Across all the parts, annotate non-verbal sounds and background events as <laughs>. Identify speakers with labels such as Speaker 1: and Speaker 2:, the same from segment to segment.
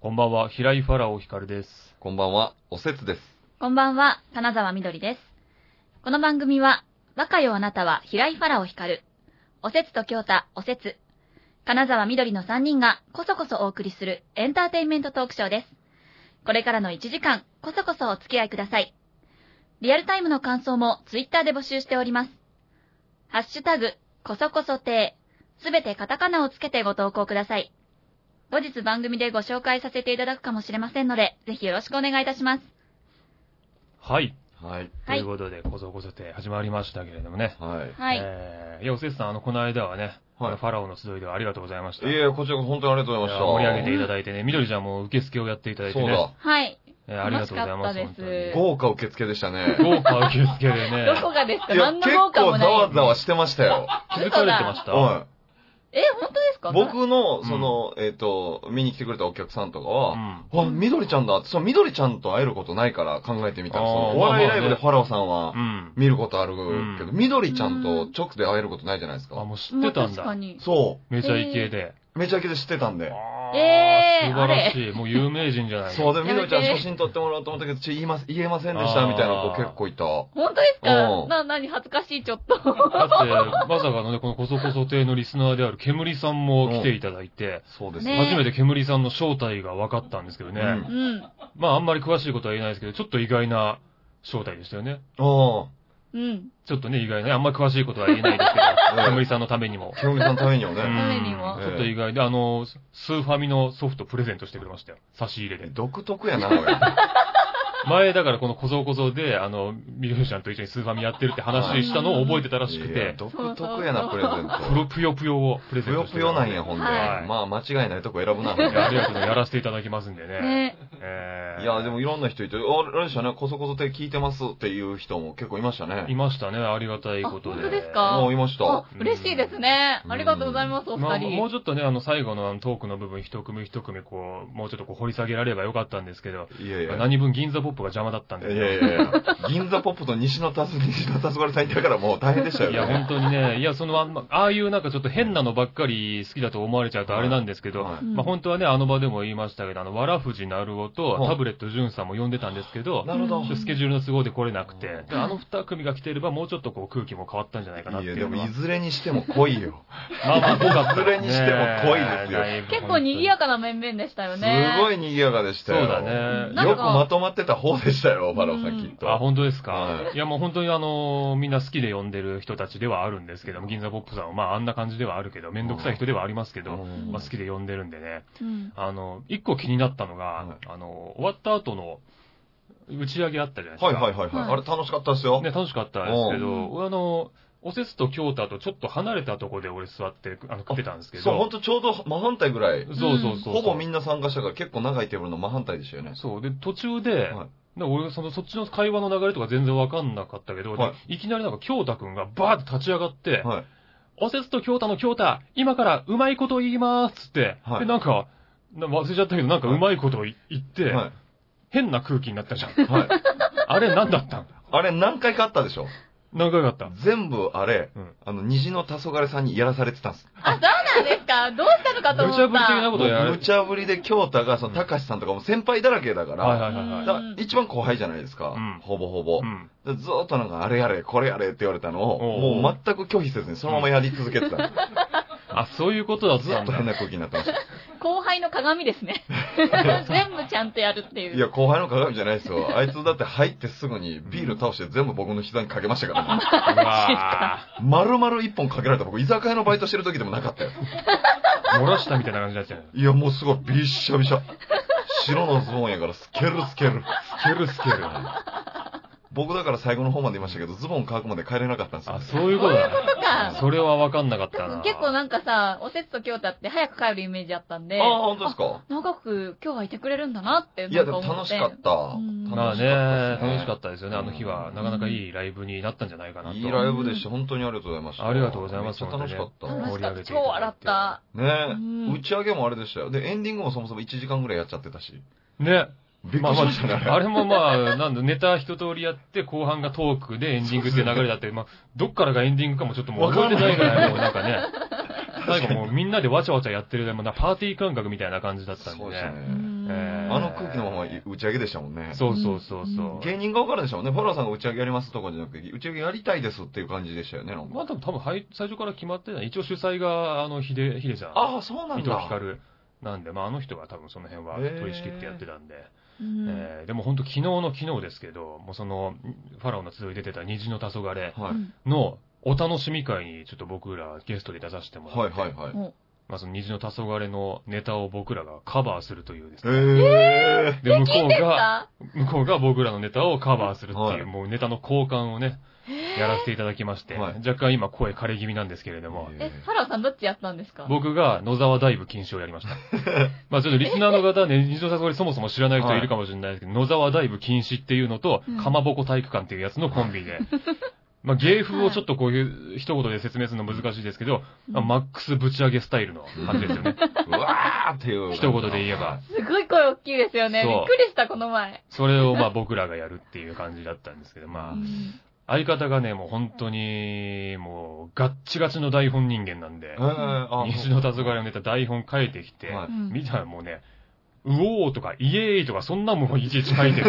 Speaker 1: こんばんは、平井ファラオ光です。
Speaker 2: こんばんは、おせつです。
Speaker 3: こんばんは、金沢みどりです。この番組は、若よあなたは平井ファラオ光る、おせつと京太、おせつ、金沢みどりの3人がこそこそお送りするエンターテインメントトークショーです。これからの1時間、こそこそお付き合いください。リアルタイムの感想もツイッターで募集しております。ハッシュタグ、こそこそてすべてカタカナをつけてご投稿ください。後日番組でご紹介させていただくかもしれませんので、ぜひよろしくお願いいたします。
Speaker 1: はい。
Speaker 2: はい。
Speaker 1: と
Speaker 3: はいいう
Speaker 1: ことで、こそこそて始まりましたけれどもね。
Speaker 2: はい。
Speaker 3: はい。
Speaker 1: えー、いや、おせつさん、あの、この間はね、
Speaker 2: は
Speaker 1: あ
Speaker 2: い
Speaker 1: のファラオの集いではありがとうございました。
Speaker 2: いえ、こちらこそ本当にありがとうございました。
Speaker 1: 盛り上げていただいてね、みどりちゃんも受付をやっていただいて
Speaker 2: そう
Speaker 1: ね、
Speaker 2: だ。
Speaker 3: はい。
Speaker 1: えーありがとうございます。
Speaker 3: 楽しかったです
Speaker 1: 本
Speaker 2: 豪華受付でしたね。
Speaker 1: 当に <laughs> 豪華受付でね
Speaker 3: <laughs> ど、こがですか
Speaker 2: いや、
Speaker 3: 何
Speaker 2: 結
Speaker 3: の効果も
Speaker 2: 構ざ
Speaker 3: ない。
Speaker 2: わざわしてましたよ。
Speaker 1: 気づかれてました。
Speaker 2: は
Speaker 3: え、本当ですか
Speaker 2: い。僕の、
Speaker 1: ん
Speaker 2: その、えっと、見に来てくれたお客さんとか
Speaker 1: う
Speaker 2: は、
Speaker 1: ん
Speaker 2: あ、みどりちゃんだ。そう、みどりちゃんと会えることないから考えてみたら、そ
Speaker 1: あー
Speaker 2: の、お笑いラ
Speaker 1: まあ
Speaker 2: イブ
Speaker 1: まあね
Speaker 2: でファラオさんは
Speaker 1: うん。
Speaker 2: 見ることあるけ
Speaker 1: う
Speaker 2: ど、
Speaker 1: ん
Speaker 2: みどりちゃんと直で会えることないじゃないです
Speaker 1: あ、
Speaker 2: か。
Speaker 1: もう知っ
Speaker 3: も
Speaker 1: て
Speaker 3: う
Speaker 1: たん
Speaker 3: 確か
Speaker 1: だ。
Speaker 3: に。
Speaker 2: そ
Speaker 1: めちゃイケで。
Speaker 2: う。めちゃけで知ってたんで。
Speaker 1: あ
Speaker 3: えー
Speaker 1: 素晴らしい。もう有名人じゃない
Speaker 2: そう、で、
Speaker 3: や
Speaker 2: み
Speaker 3: めて
Speaker 2: どりちゃん写真撮ってもらおうと思ったけど、ちょ、言います、言えませんでした、みたいな子結構いた。
Speaker 3: 本当ですか
Speaker 2: うん
Speaker 3: な、なに恥ずかしい、ちょっ
Speaker 1: <laughs>
Speaker 3: と。
Speaker 1: だって、まさかのね、このこそこそ亭のリスナーである煙さんも来ていただい
Speaker 2: <laughs>
Speaker 1: て、
Speaker 2: そうです
Speaker 3: ね
Speaker 1: 初めて煙さんの正体が分かったんですけどね。
Speaker 2: うん
Speaker 3: うん。
Speaker 1: まあ、あんまり詳しいことは言えないですけど、ちょっと意外な正体でしたよね。
Speaker 2: あ
Speaker 3: うん。
Speaker 1: ちょっとね、意外な、あんまり詳しいことは言えないですけど、
Speaker 2: <laughs> うん
Speaker 1: 煙さんのためにも。
Speaker 2: あ、ケオリさんのためにも
Speaker 1: う
Speaker 2: ね、
Speaker 3: た
Speaker 1: ん
Speaker 3: めにも
Speaker 1: ちょっと意外で、あの、ススーファミのソフトプレゼントしてくれましたよ。差し入れで。
Speaker 2: 独特やな、俺。
Speaker 1: 前、だからこの小僧小僧で、あの、ミルフちゃんと一緒にスーファミやってるって話したのを覚えてたらしく
Speaker 2: いや
Speaker 1: て、
Speaker 2: 独特やな、プレゼン
Speaker 1: プ
Speaker 2: ト。
Speaker 1: ロぷよぷよをプレゼ
Speaker 2: ぷ
Speaker 1: ン
Speaker 2: よ
Speaker 1: トして
Speaker 2: ぷよなんや、ほんで。
Speaker 3: はい
Speaker 2: まあ、間違いないとこ選ぶな、ほん
Speaker 1: いやあり
Speaker 2: で。
Speaker 1: がとうございますやらせていただきますんでね。
Speaker 3: ね
Speaker 1: えー
Speaker 2: いや、でもいろんな人いて、ああれでしたね、こそこそて聞いてますっていう人も結構いました
Speaker 1: い
Speaker 2: ね。
Speaker 1: ましたね、ありがたいことで。
Speaker 3: あ本当ですか
Speaker 2: もういました
Speaker 3: あ。、嬉しいですね。
Speaker 2: うん
Speaker 3: ありがとうございます、お
Speaker 1: まあ、
Speaker 3: 二
Speaker 1: もう
Speaker 3: 人。
Speaker 1: ちょっとね、あの、最後のあのトークの部分、一組一組、こう、もうちょっとこう掘り下げられればよかったんですけど、
Speaker 2: いやいや。
Speaker 1: 何分銀座ポップが邪魔だったん
Speaker 2: い
Speaker 1: で
Speaker 2: や
Speaker 1: す
Speaker 2: い
Speaker 1: よ。
Speaker 2: やいや。銀座ポップと西のたす、西のたすがれさんいたからもう大変でしたよ
Speaker 1: い
Speaker 2: ね。
Speaker 1: や、本当にね、いや、その、あんまああいうなんかちょっと変なのばっかり好きだと思われちゃうとあれなんですけど、
Speaker 2: はい
Speaker 3: うん
Speaker 1: まあ本当はね、あの場でも言いましたけど、あの、わらふじなるおと
Speaker 2: は、い
Speaker 1: タブレットじゅんさんも呼んでたんですけど、
Speaker 2: なるほど。
Speaker 3: うん
Speaker 1: スケジュールの都合で来れなくて、
Speaker 2: うん
Speaker 1: であの二組が来ていれば、もうちょっとこう空気も変わったんじゃないかなっ
Speaker 2: い
Speaker 1: て
Speaker 2: や、
Speaker 1: い
Speaker 2: で
Speaker 1: うのは。
Speaker 2: もいずれにしても濃いよ。
Speaker 1: まあまあ、僕は
Speaker 2: それにしても濃いですよ
Speaker 3: 結構賑やかな面々でしたよ
Speaker 2: す
Speaker 3: ね。
Speaker 2: ごい賑やかでしたよ。
Speaker 1: そうだね
Speaker 3: なんか
Speaker 2: よくまとまってた方でしたよ、バラオさんきっと。
Speaker 1: あ、本当ですか、、
Speaker 2: はい
Speaker 1: や、もう本当にあのーみんな好きで呼んでる人たちではあるんですけども、銀座ポップさんはまああんな感じではあるけど、めんどくさい人ではありますけど、
Speaker 2: うん
Speaker 1: まあ好きで呼んでるんでね。
Speaker 3: うん。
Speaker 1: あの、一個気になったのが、
Speaker 2: はい
Speaker 1: あの、終わった後の打ち上げあったじゃないですか。
Speaker 2: はいはいはいは
Speaker 3: はい
Speaker 2: い。あれ楽しかったですよ。
Speaker 1: ね、楽しかったですけ
Speaker 3: うん
Speaker 1: ど、あの、おせつと京太とちょっと離れたところで俺座って、あの、食ってたんですけど。
Speaker 2: そう、ほんとちょうど真反対ぐらい。
Speaker 1: そうそうそう。
Speaker 2: ほぼみ
Speaker 1: な。
Speaker 2: んな参加したから結構長いテーブルの真反対でしたよね。
Speaker 1: そう。で、途中で、
Speaker 2: はい
Speaker 1: で俺、その、そっちの会話の流れとか全然わかんなかったけど、で、
Speaker 2: はい
Speaker 1: きなりなんか、京太くんがバーって立ち上がって、
Speaker 2: はい。
Speaker 1: おせつと京太の京太、今からうまいこと言いますっつって、
Speaker 2: はい
Speaker 1: で、なんか、な忘れちゃったけど、なんかうまいこと言って、
Speaker 2: は
Speaker 1: 変な空気になったじゃん。
Speaker 2: い。はい。
Speaker 1: <laughs> あれ何だったん
Speaker 2: あれ何回かあったでしょ
Speaker 1: 何回かあった
Speaker 2: 全部あれ
Speaker 1: うん、
Speaker 2: あの、虹の黄昏さんにやらされてたんです。
Speaker 3: あ、そうなんですかどうしたのかと思った。
Speaker 1: 無茶ぶり的なことやられ
Speaker 2: もう無茶ぶりで京太が、その、高橋さんとかも先輩だらけだか
Speaker 1: はいはい
Speaker 2: ら、
Speaker 1: はいは
Speaker 2: だ
Speaker 1: い。
Speaker 2: から一番後輩じゃないですか
Speaker 1: うん。
Speaker 2: ほぼほぼ
Speaker 1: う。ん。
Speaker 2: でずーっとなんか、あれやれ、これやれって言われたの
Speaker 1: おう
Speaker 2: を、もう全く拒否せずに、そのままやり続けてた。
Speaker 1: あ、 <laughs> そういうことだっ
Speaker 2: ずー
Speaker 1: たん
Speaker 2: っと変
Speaker 1: だ。
Speaker 2: な空気になってました。
Speaker 3: 後輩の鏡で
Speaker 1: <laughs>
Speaker 3: すね。全部ちゃんとやるっていう。
Speaker 2: いや、後輩の鏡じゃないですよ。あいつだって入ってすぐにビール倒して全部僕の膝にかけましたからね。
Speaker 1: うわ
Speaker 2: 丸々一本かけられた僕、居酒屋のバイトしてる時でもなかったよ。
Speaker 1: ぁ。漏らしたみたいな感じになっちゃう。
Speaker 2: いや、もうすごい、びっしゃびしゃ。白のズボンやから、スケルスケル。
Speaker 1: スケルスケル。
Speaker 2: 僕だから最後の方までいましたけど、ズボン乾くまで帰れなかったんですよ
Speaker 1: あ、。そういうことだ
Speaker 3: そういうこと
Speaker 1: な。
Speaker 3: か。
Speaker 1: それは分かんなかったな。
Speaker 3: 結構なんかさ、おせつと京太って早く帰るイメージあったんで。
Speaker 2: ああ、本当ですか
Speaker 3: 長く今日はいてくれるんだなって、
Speaker 2: いや、
Speaker 3: なん
Speaker 2: で
Speaker 3: か
Speaker 2: も楽
Speaker 3: 思って。
Speaker 2: しかった。
Speaker 3: うん
Speaker 1: まあね、楽しか
Speaker 2: っ
Speaker 1: ったですよね。あの日は、なかなかいいライブになったんじゃないかなと。
Speaker 2: いいライブでした。本当にありがとうございました。
Speaker 1: ありがとうございます
Speaker 2: めっちゃ楽しかった。
Speaker 1: 本当にね
Speaker 3: 楽しか
Speaker 1: 盛り上
Speaker 3: っ
Speaker 1: げ
Speaker 3: た。
Speaker 1: てい
Speaker 3: 超
Speaker 1: ただいて
Speaker 3: 笑
Speaker 2: ね
Speaker 3: った。うん
Speaker 2: 打ち上げもあれでしたよ。で、エンディングもそもそも1時間ぐらいやっちゃってたし。
Speaker 1: ね。
Speaker 2: びっく
Speaker 1: まあ
Speaker 2: りし
Speaker 1: ま
Speaker 2: ましたね。
Speaker 1: <laughs> あ、あれもまあ、なんだ、ネタ一通りやって、後半がトークでエンディングっていう流れだって、まあ、どっからがエンディングかもちょっともう覚えてないぐらい、もう
Speaker 2: <laughs>
Speaker 1: なんかね、最後もうみんなでわちゃわちゃやってる、もうなパーティー感覚みたいな感じだったんで
Speaker 2: そうでした
Speaker 1: ね。
Speaker 3: う
Speaker 2: ね。
Speaker 1: えー
Speaker 2: あの空気のまま打ち上げでしたもんね。
Speaker 1: そうそうそうそう。
Speaker 2: 芸人が分かるでしょうね。ファラーさんが打ち上げやりますとかじゃなくて、打ち上げやりたいですっていう感じでしたよね、なん
Speaker 1: まあで
Speaker 2: か。
Speaker 1: も多分、はい、最初から決まってない。一応主催が、あの、ヒデ、ヒデさん。
Speaker 2: ああ、そうなん
Speaker 1: 伊藤
Speaker 2: だ。
Speaker 1: 光なんで、まああの人が多分その辺は
Speaker 2: へー
Speaker 1: 取り仕切ってやってたんで。
Speaker 3: うん
Speaker 1: えーでも本当昨日の昨日ですけど、もうその、ファラオの集いで出てた虹の黄昏
Speaker 2: はい。
Speaker 1: のお楽しみ会にちょっと僕らゲストで出させてもらって、
Speaker 2: はいはいはい。
Speaker 1: まあその虹の黄昏のネタを僕らがカバーするというですね。
Speaker 2: ええ。
Speaker 1: で、向こ
Speaker 3: 聞いうて
Speaker 1: が、
Speaker 3: た
Speaker 1: 向こうが僕らのネタをカバーするっていう、
Speaker 2: はい
Speaker 1: もうネタの交換をね、やらせていただきまして、
Speaker 2: はい
Speaker 1: 若干今声枯れ気味なんですけれども、
Speaker 3: え、ファラオさんどっちやったんですか
Speaker 1: <laughs> 僕が野沢ダイブ禁止をやりま
Speaker 2: <laughs>
Speaker 1: した。まあちょっとリスナーの方ね、日常さそりそもそも知らない人いるかもしれないですけ
Speaker 2: <laughs>
Speaker 1: ど、野沢ダイブ禁止っていうのと
Speaker 3: うん、
Speaker 1: かまぼこ体育館っていうやつのコンビ
Speaker 3: <laughs>
Speaker 1: で、まあ芸風をちょっとこういう一言で説明するの難しいですけど、まあマックスぶち上げスタイルの感じですよ
Speaker 3: <laughs>
Speaker 1: ね。
Speaker 2: うわーっていう。
Speaker 1: 一言で言えば。
Speaker 3: すごい声大きいですよね。び
Speaker 1: そう
Speaker 3: っくりした、この前。
Speaker 1: それをまあ僕らがやるっていう感じだったんですけど、まあ
Speaker 3: う、ん
Speaker 1: 相方がね、もう本当に、もうガッチガチの台本人間なんで
Speaker 2: え、ーあ
Speaker 1: 西の黄昏のネタ台本書いてきて、
Speaker 2: はい
Speaker 3: うん
Speaker 1: 見たらもうね、うおーとか、イエーイとか、そんなもんいちいち書いてて、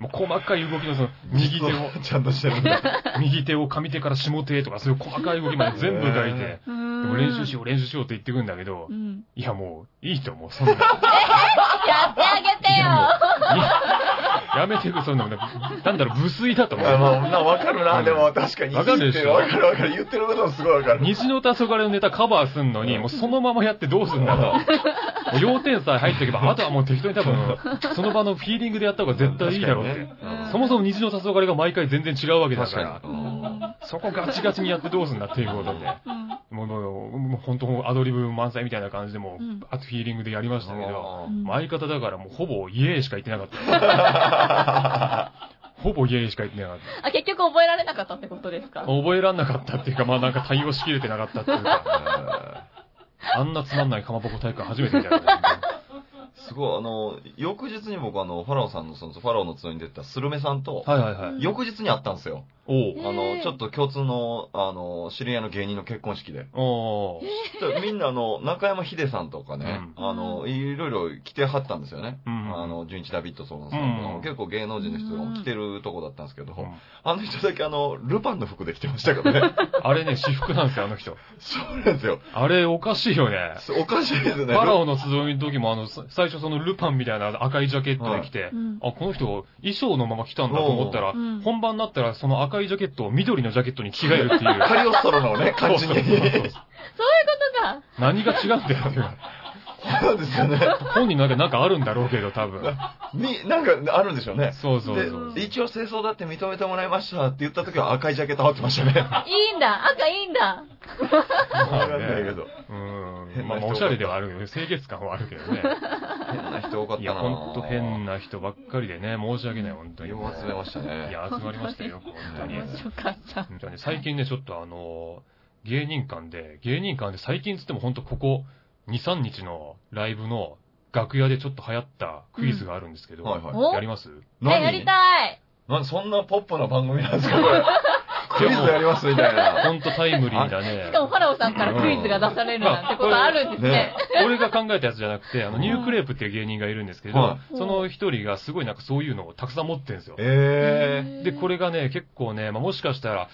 Speaker 1: もう細かい動きのその、右手を、
Speaker 2: ちゃんとしてるんだ。
Speaker 1: 右手を上手から下手とか、そういう細かい動きまで全部書いて
Speaker 2: へ、
Speaker 3: う
Speaker 1: で
Speaker 3: ん
Speaker 1: も練習しよう練習しようって言ってくんだけど
Speaker 3: う、ん。
Speaker 1: いやもう、いいと思う、そんな。い
Speaker 3: やってあげて
Speaker 1: やも
Speaker 3: よ
Speaker 1: う、い <laughs> ややめてく、そんな、なんだろう、無粋だと思
Speaker 2: あ
Speaker 1: う。
Speaker 2: まあ、な、わかるな、でも確かに。
Speaker 1: わかるでしょ
Speaker 2: わかるわかる。言ってることもすごいわかる。
Speaker 1: 虹の黄昏のネタカバーすんのに、もうそのままやってどうすんだと。もう要点さえ入っておけば、あとはもう適当に多分、その場のフィーリングでやった方が絶対いいだろうって。
Speaker 2: 確かにね
Speaker 1: そもそも虹の黄昏が毎回全然違うわけだ
Speaker 2: 確
Speaker 1: か、
Speaker 2: からに。うん
Speaker 1: そこガチガチにやってどうすんだっていうことで。
Speaker 3: うん
Speaker 1: もう、もうもう本当アドリブ満載みたいな感じでもう
Speaker 3: うん、
Speaker 1: あとフィーリングでやりましたけど、
Speaker 3: うん
Speaker 1: もう相方だからもうほぼイエーイしか言ってなかった。ほぼイエーイしか言ってなかった。
Speaker 3: あ、結局覚えられなかったってことですか
Speaker 1: 覚えらんなかったっていうか、まあなんか対応しきれてなかったっていうか。あんなつまんないかまぼこ体育館初めて見たよね。
Speaker 2: すごい、あの、翌日に僕あの、ファラオさんの、その、ファラオの角に出てたスルメさんと、
Speaker 1: はいはいはい。
Speaker 2: 翌日に会ったんですよ。
Speaker 1: お
Speaker 2: あ
Speaker 3: へ
Speaker 1: う
Speaker 3: ー
Speaker 2: の、ちょっと共通の、あの、知り合いの芸人の結婚式で。
Speaker 1: おう
Speaker 2: でみんなあの、中山秀さんとかね、
Speaker 3: うん
Speaker 2: あの、いろいろ来てはったんですよね。
Speaker 1: うん
Speaker 2: あの、純一ダビッドソンさんとかも、
Speaker 1: うん
Speaker 2: 結構芸能人の人が来てるとこだったんですけど、
Speaker 1: うん
Speaker 2: あの人だけあの、ルパンの服で来てましたからね。
Speaker 1: あれね、私服なんですよ、あの人。
Speaker 2: そうなんですよ。
Speaker 1: あれ、おかしいよね。
Speaker 2: おかしいです
Speaker 1: フ
Speaker 2: ね。
Speaker 1: ァラオの集いの時も、あの、さ最初そのルパンみたいな赤いジャケットで来て
Speaker 3: う、ん
Speaker 1: あ、この人、衣装のまま来たんだと思ったら
Speaker 3: うんうん、
Speaker 1: 本番になったら、その赤いジャケットを緑のジャケットに着替えるって
Speaker 2: <laughs>
Speaker 1: いう。
Speaker 2: カリオストロのね、感じ
Speaker 1: そ
Speaker 2: に
Speaker 1: う。そうそうそう
Speaker 3: そうだ
Speaker 1: 何が違うんだよっていう。
Speaker 2: そうですよね。
Speaker 1: 本人の中になんかあるんだろうけど、多
Speaker 2: <laughs>
Speaker 1: 分。
Speaker 2: み、なんかあるんでしょうね。
Speaker 1: そうそうそう。
Speaker 2: で、一応清掃だって認めてもらいましたって言った時は赤いジャケット羽織って
Speaker 1: <laughs>
Speaker 2: ましたね。
Speaker 3: いいんだ赤いいんだ
Speaker 1: ま
Speaker 2: わ
Speaker 1: あ
Speaker 2: かんないけ
Speaker 1: ね
Speaker 2: ど。
Speaker 1: うん。まあ、おしゃれではあるけど、清潔感はあるけどね。
Speaker 2: 変な人多かったなぁ
Speaker 1: いや、ほんと変な人ばっかりでね、申し訳ない、本当に。
Speaker 2: よう集めましたね
Speaker 1: いや、集まりましたよ、本当に。
Speaker 3: 面白かった。
Speaker 1: 本当に最近ね、ちょっとあの、芸人間で、芸人間で最近つってもほんとここ2、3日のライブの楽屋でちょっと流行ったクイズがあるんですけど、
Speaker 2: はいはい。
Speaker 3: お
Speaker 1: やります
Speaker 3: え、やりたい
Speaker 2: なんそんなポップな番組なんですか、これ。クイズやりますみたいな。
Speaker 1: ほんとタイムリーだ
Speaker 3: しかも
Speaker 1: ね。
Speaker 3: ファラオさんからクイズが出されるなんてことあるんですね。
Speaker 1: 俺が考えたやつじゃなくて、あの、ニュークレープっていう芸人がいるんですけど、
Speaker 2: は
Speaker 1: その一人がすごいなんかそういうのをたくさん持ってるんですよ。
Speaker 2: え
Speaker 1: で、これがね、結構ね、まあ、もしかしたら、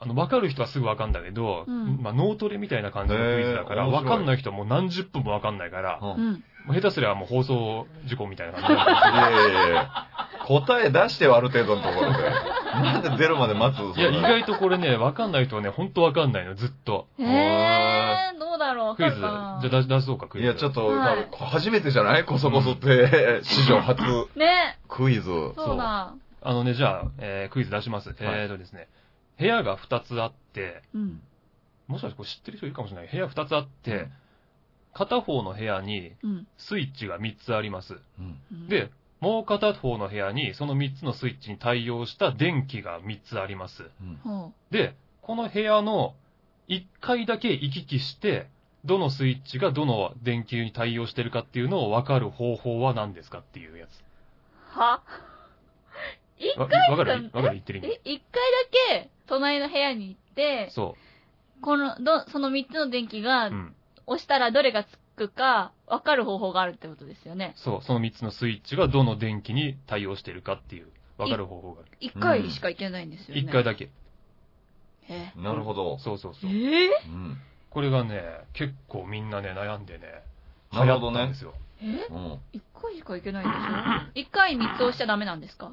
Speaker 1: あの、わかる人はすぐわかんだけど、
Speaker 3: うん
Speaker 1: まあ、脳トレみたいな感じのクイズだから、
Speaker 2: へー面
Speaker 1: わ
Speaker 2: 白い
Speaker 1: かんない人はもう何十分もわかんないから、
Speaker 2: ー。
Speaker 3: う
Speaker 2: い
Speaker 3: ん。
Speaker 1: もう下手すりゃもう放送事故みたいな感じだか
Speaker 2: やいやいや答え出してはある程度のところで。なんで出るまで待つの
Speaker 1: ら <laughs> いや、意外とこれね、わかんない人はね、ほんとわかんないの、ずっと。
Speaker 3: えー、どうだろう
Speaker 1: クイズ、じ
Speaker 3: わか
Speaker 1: ゃ
Speaker 3: るか
Speaker 1: あ出し出そうか、クイ
Speaker 2: い
Speaker 1: ズ。
Speaker 2: や、ちょっと、
Speaker 3: はい
Speaker 2: 初めてじゃない <laughs> こそこそって、史上初
Speaker 3: なね
Speaker 2: クイズ。
Speaker 3: そうだ。
Speaker 1: あのね、じゃあ、えークイズ出します。えーとですね、部屋が2つあって、
Speaker 3: うん。
Speaker 1: もしかしてこれ知ってる人いるかもしれない。部屋2つあって、片方の部屋に
Speaker 3: うん。
Speaker 1: スイッチが3つあります。
Speaker 2: うん
Speaker 3: うん、
Speaker 1: で、もう片方の部屋にその3つのスイッチに対応した電気が3つあります。
Speaker 2: うん
Speaker 3: ほ
Speaker 1: で、この部屋の1回だけ行き来して、どのスイッチがどの電球に対応してるかっていうのを分かる方法は何ですかっていうやつ。
Speaker 3: う。は <laughs> 一
Speaker 1: わ
Speaker 3: 回
Speaker 1: 分かる分かる言ってる意味
Speaker 3: え、一回だけ、隣の部屋に行って、
Speaker 1: そ
Speaker 3: この、ど、その三つの電気が
Speaker 1: う。う、ん。
Speaker 3: 押したらどれがつくか、わかる方法があるってことですよね。
Speaker 1: そう、その3つのスイッチがどの電気に対応しているかっていう、わかる方法がある。
Speaker 3: 一回しか行けないんですよね。
Speaker 1: 1回だけ。
Speaker 3: え
Speaker 2: なるほど。
Speaker 1: そうそうそう。
Speaker 3: え
Speaker 2: うん。
Speaker 1: これがね、結構みんなね、悩んでね、流
Speaker 2: な
Speaker 1: 行
Speaker 2: るほど
Speaker 1: ったん
Speaker 2: ね
Speaker 1: ですよ。
Speaker 3: え
Speaker 2: うん。
Speaker 3: 一回しか行けないんでしょ一回密をしちゃダメなんですか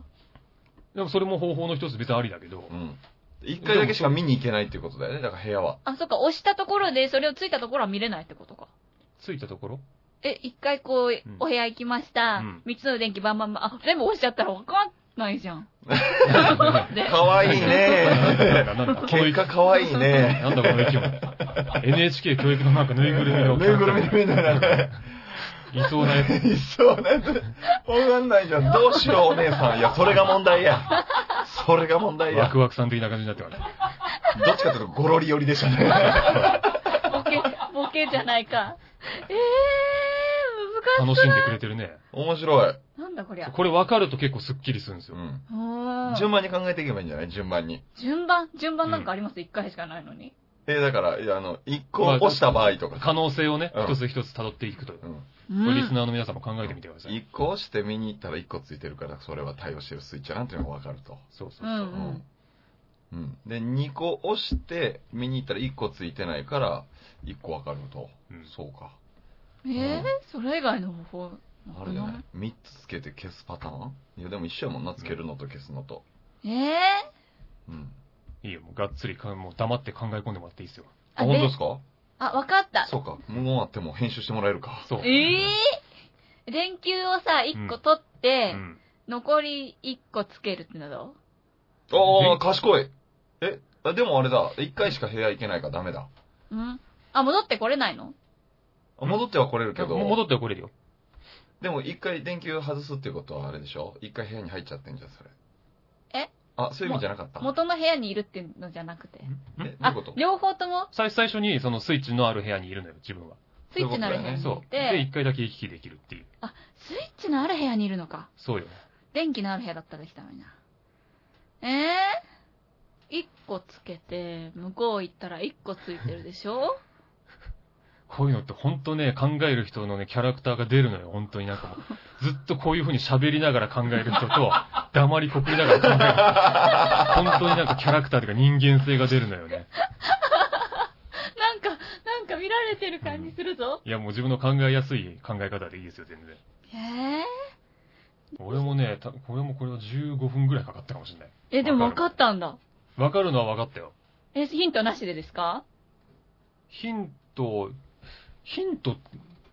Speaker 1: でもそれも方法の一つ別にありだけど、
Speaker 2: うん。一回だけしか見に行けないっていうことだよね。だから部屋は。
Speaker 3: あ、そっか、押したところで、それをついたところは見れないってことか。
Speaker 1: ついたとこ
Speaker 2: <laughs>
Speaker 1: ろ <laughs>
Speaker 3: え、一回こう、
Speaker 1: うん
Speaker 3: お部屋行きました
Speaker 1: うん。
Speaker 3: 三、つの電気バンバンバン。あ、全部押しちゃったらわかんないじゃん。ね
Speaker 2: かわいい
Speaker 1: なん <laughs>
Speaker 2: ね。
Speaker 1: だなんだ、この
Speaker 2: 結
Speaker 1: 意見
Speaker 2: 果かわいいね。
Speaker 1: なんだこの意見 NHK 教育のなんかぬいぐるみの。
Speaker 2: ぬいぐるみみたいなね。
Speaker 1: いそうなやつ。
Speaker 2: いそうなやつ。わかんないじゃん。どうしよう、お姉さん。いや、それが問題や。それが問題
Speaker 1: ワ
Speaker 2: や。
Speaker 1: クワクさん的な感じになってます。
Speaker 2: どっちかというと、ゴロリ寄りでしたね。
Speaker 3: ボケ、ボケじゃないか。えー、難
Speaker 1: 楽
Speaker 3: し
Speaker 1: しんでくれてるね。
Speaker 2: 面白い。
Speaker 3: い。なんだこりゃ。
Speaker 1: これ分かると結構スッキリするんですよ
Speaker 2: う。ん。
Speaker 3: あー
Speaker 2: 順番に考えていけばいいんじゃない順番に。
Speaker 3: 順番順番なんかあります一、回しかないのに。
Speaker 2: え、だから、いや、あの、一個押した場合とか。
Speaker 1: 可能性をね、
Speaker 2: うん
Speaker 1: 一つ一つ辿っていくと。こ
Speaker 2: うん。
Speaker 3: う
Speaker 1: れリス
Speaker 3: ん。
Speaker 1: ナーの皆さんも考えてみてください。
Speaker 2: 一個押して見に行ったら一個ついてるから、それは対応してるスイッチだなっていうのがわかると。
Speaker 1: そうそう
Speaker 3: う
Speaker 1: そう。
Speaker 3: ん
Speaker 2: うん。で、2個押して、見に行ったら1個ついてないから、1個わかると。
Speaker 1: うん
Speaker 2: そうか。
Speaker 3: うん。えー、それ以外の方法な
Speaker 2: あ
Speaker 3: く
Speaker 2: れじゃ
Speaker 3: な
Speaker 2: ないい ?3 つつけて消すパターンいや、でも一緒やもんな、つけるのと消すのと。
Speaker 3: えー、
Speaker 2: うん。
Speaker 1: いいよ、もうがっつりか、もう黙って考え込んでもらっていいですよ。
Speaker 2: あ、
Speaker 3: あ
Speaker 2: 本当
Speaker 3: で
Speaker 2: ですか
Speaker 3: あ、わかった。
Speaker 2: そうか。無言あっても編集してもらえるか。
Speaker 1: そう。
Speaker 3: えー、電球をさ、一個取っ
Speaker 1: う
Speaker 3: て、
Speaker 1: ん。
Speaker 3: 残り一個つけるってのはどう
Speaker 2: ああ、賢い。え、あでもあれだ。1回しか部屋行けないからダメだ。
Speaker 3: うん。あ、戻ってこれないの
Speaker 2: あ戻っては来れるけど
Speaker 1: もう、戻ってはこれるよ。
Speaker 2: でも1回電球外すっていうことはあれでしょ ?1 回部屋に入っちゃってんじゃん、それ。
Speaker 3: え
Speaker 2: あ、そういう意味じゃなかった。
Speaker 3: 元の部屋にいるっていうのじゃなくて。
Speaker 1: ん
Speaker 2: え、どうい
Speaker 3: あ
Speaker 2: うこと、
Speaker 3: 両方とも
Speaker 1: 最最初にそのスイッチのある部屋にいるのよ、自分は。
Speaker 3: スイッチのある部屋に
Speaker 1: そ。
Speaker 3: いう
Speaker 1: で、
Speaker 3: て、
Speaker 1: 一回だけ行き来できるっていう。
Speaker 3: スイッチのある部屋にいるのか。
Speaker 1: そうよ。
Speaker 3: 電気のある部屋だったらできたのにな。えぇ、ー、一個つけて、向こう行ったら一個ついてるでしょ
Speaker 1: こういうのって本当ね、考える人のね、キャラクターが出るのよ、本当になんかもう。
Speaker 3: <laughs>
Speaker 1: ずっとこういう風に喋りながら考える人と、黙りこくりながら考える人。本当になんかキャラクターというか人間性が出るのよね。
Speaker 3: なんか、なんか見られてる感じするぞ。
Speaker 1: いや、もう自分の考えやすい考え方でいいですよ、全然。
Speaker 3: え
Speaker 1: 俺もね、たこれもこれは15分ぐらいかかったかもしれない。
Speaker 3: ー、え、でも分かったんだ。
Speaker 1: わかるのは分かったよ。
Speaker 3: え、ヒントなしでですか
Speaker 1: ヒント、ヒントっ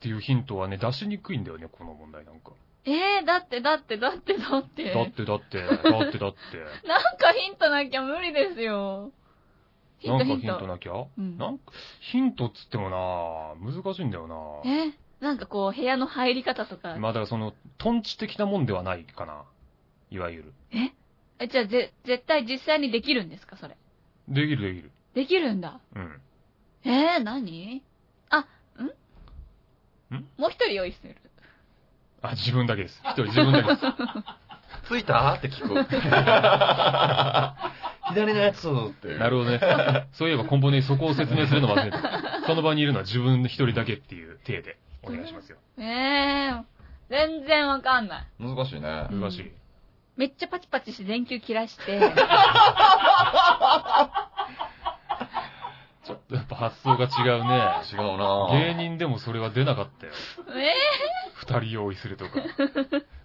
Speaker 1: ていうヒントはね、出しにくいんだよね、この問題なんか。
Speaker 3: えー、だってだってだってだって。
Speaker 1: だってだって、だってだって。
Speaker 3: なんかヒントなきゃ無理ですよ。 <laughs> ヒ
Speaker 1: な
Speaker 3: ン
Speaker 1: ん
Speaker 3: ト
Speaker 1: か
Speaker 3: ヒ
Speaker 1: ヒ
Speaker 3: ン
Speaker 1: ン
Speaker 3: ト
Speaker 1: ト。なきゃ、
Speaker 3: うん
Speaker 1: なんか、ヒントっつってもな難しいんだよな
Speaker 3: えなんかこう、部屋の入り方とか。
Speaker 1: まあだからその、トンチ的なもんではないかな。いわゆる。
Speaker 3: え、じゃあぜ、絶対実際にできるんですかそれ。
Speaker 1: できるできる。
Speaker 3: できるんだ。
Speaker 1: うん。
Speaker 3: えー、何あ、ん
Speaker 1: ん
Speaker 3: もう一人用意する。
Speaker 1: あ、自分だけです。一人自分だけ
Speaker 3: <laughs>
Speaker 1: です。
Speaker 2: ついたって聞く。 <laughs> 左のやつっていう。
Speaker 1: なるほどね。そういえば根本にそこを説明するの忘れてた。その場にいるのは自分一人だけっていう体でお願いしますよ。
Speaker 3: えー、全然わかんない。
Speaker 2: 難しいね。
Speaker 3: うん
Speaker 1: 難しい。
Speaker 3: めっちゃパチパチして電球切ら
Speaker 1: <laughs>
Speaker 3: して、
Speaker 1: ちょっとやっぱ発想が違うね。
Speaker 2: 違うな
Speaker 1: 芸人でもそれは出なかったよ。
Speaker 3: え
Speaker 1: 二人用意する
Speaker 3: <laughs>
Speaker 1: とか、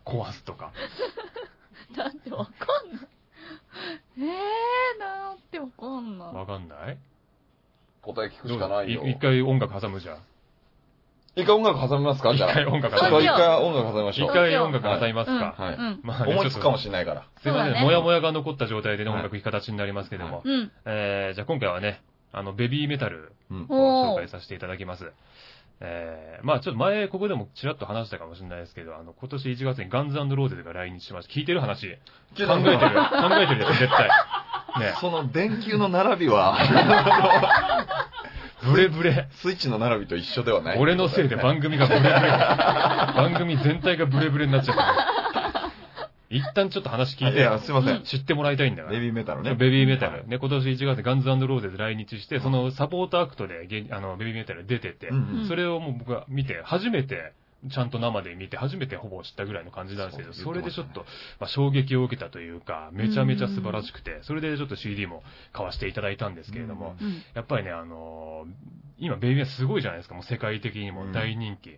Speaker 1: 壊すとか。
Speaker 3: ー、だってわかんない。えー、だってわかんない。
Speaker 1: わかんない
Speaker 2: 答え聞くしかないよ。
Speaker 1: い一回音楽挟むじゃん。
Speaker 2: 一回音楽挟みますか
Speaker 1: 一
Speaker 2: じゃあ。
Speaker 1: 回音楽
Speaker 2: ちょ
Speaker 1: 挟
Speaker 2: っと
Speaker 1: む
Speaker 2: 一。回音楽挟みましょ
Speaker 1: 一
Speaker 2: う。
Speaker 1: 回音楽挟みますか。
Speaker 2: はい。
Speaker 3: うん。
Speaker 1: まあね
Speaker 2: 思いつくかも
Speaker 1: ちょっ
Speaker 2: しれないから。
Speaker 1: とすいま
Speaker 3: そう
Speaker 1: せ
Speaker 3: だ
Speaker 1: ん、
Speaker 3: ね
Speaker 1: もやもやが残った状態でね
Speaker 2: はい
Speaker 1: 音楽弾き形になりますけども。
Speaker 3: うん。
Speaker 1: えー、じゃあ今回はね、あの、ベビーメタル
Speaker 2: うん。
Speaker 1: を紹
Speaker 3: お
Speaker 1: 介
Speaker 3: ー。
Speaker 1: させていただきます。えー、まあちょっと前、ここでもちらっと話したかもしれないですけど、あの、今年1月にガンズローゼズが来日しました。聞いてる話。考えて
Speaker 2: 考
Speaker 1: る。考えてるでしょ、絶
Speaker 2: <laughs>
Speaker 1: 対。ね。
Speaker 2: その電球の並びは、 <laughs>
Speaker 1: ブレブレ。
Speaker 2: スイッチの並びと一緒ではない。
Speaker 1: 俺の
Speaker 2: <laughs>
Speaker 1: せいで番組がブレブレ。番組全体がブレブレになっちゃった。一旦ちょっと話聞い
Speaker 2: い
Speaker 1: て、
Speaker 2: や、すいませ
Speaker 3: うん
Speaker 2: ん。
Speaker 1: 知ってもらいたいんだから。
Speaker 2: ベビーメタルね。
Speaker 1: ベビーメタ
Speaker 2: はい
Speaker 1: ル。。ね、今年1月ガンズローゼズ来日して、そのサポートアクトでげあのベビーメタル出てて
Speaker 2: うん、うん
Speaker 1: それをもう僕は見て、初めて、ちゃんと生で見て、初めてほぼ知ったぐらいの感じなんですけど、
Speaker 2: そ
Speaker 1: そう
Speaker 2: 言
Speaker 1: れ
Speaker 2: って
Speaker 1: で
Speaker 2: まし
Speaker 1: ち
Speaker 2: た
Speaker 1: ょ
Speaker 2: ね
Speaker 1: っと、まあ、衝撃を受けたというか、めちゃめちゃ素晴らしくて、それでちょっと CD も買わせていただいたんですけれども、
Speaker 3: うん。
Speaker 1: やっぱりね、あのー今ベイビーはすごいじゃないですか、もう世界的にも大人気。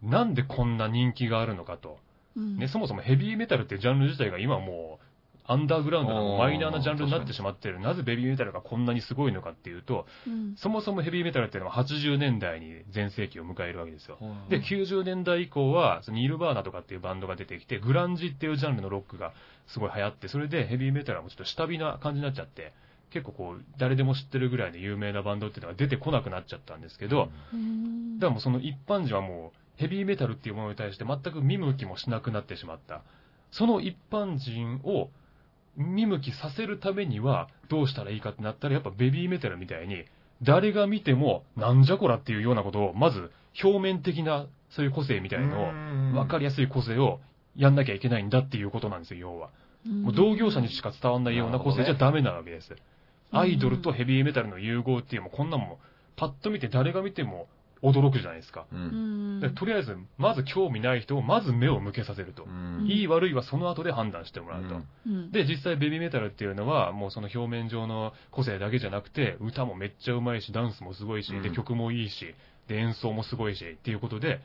Speaker 1: なんでこんな人気があるのかと。
Speaker 3: うん
Speaker 1: ね、そもそもヘビーメタルってジャンル自体が今もう、アンダーグラウンドのマイナーなジャンルになってしまってる。なぜベビーメタルがこんなにすごいのかっていうと、
Speaker 3: うん
Speaker 1: そもそもヘビーメタルっていうのは80年代に全盛期を迎えるわけですよ。
Speaker 2: うん
Speaker 1: で、90年代以降は、そのニルバーナとかっていうバンドが出てきて、グランジっていうジャンルのロックがすごい流行って、それでヘビーメタルはもうちょっと下火な感じになっちゃって、結構こう、誰でも知ってるぐらいの有名なバンドっていうのが出てこなくなっちゃったんですけど、
Speaker 3: うん
Speaker 1: だからもうその一般人はもうヘビーメタルっていうものに対して全く見向きもしなくなってしまった。その一般人を見向きさせるためにはどうしたらいいかってなったらやっぱベビーメタルみたいに誰が見てもなんじゃこらっていうようなことをまず表面的なそういう個性みたいのを分かりやすい個性をやんなきゃいけないんだっていうことなんですよ、要は。もう同業者にしか伝わんないような個性じゃダメなわけです。アイドルとヘビーメタルの融合っていうもうこんなんもパッと見て誰が見ても驚くじゃないですか。
Speaker 2: う。
Speaker 3: うんん
Speaker 1: でとりあえず、まず興味ない人をまず目を向けさせると
Speaker 2: う。。
Speaker 3: うん
Speaker 1: いい悪いはその後で判断しても
Speaker 2: う
Speaker 1: らうと。
Speaker 2: ん
Speaker 3: うん
Speaker 1: で、実際ベビーメタルっていうのは、もうその表面上の個性だけじゃなくて、歌もめっちゃうまいし、ダンスもすごいし、
Speaker 2: う
Speaker 1: で、
Speaker 2: ん
Speaker 1: 曲もいいし、で、演奏もすごいし、っていうことで、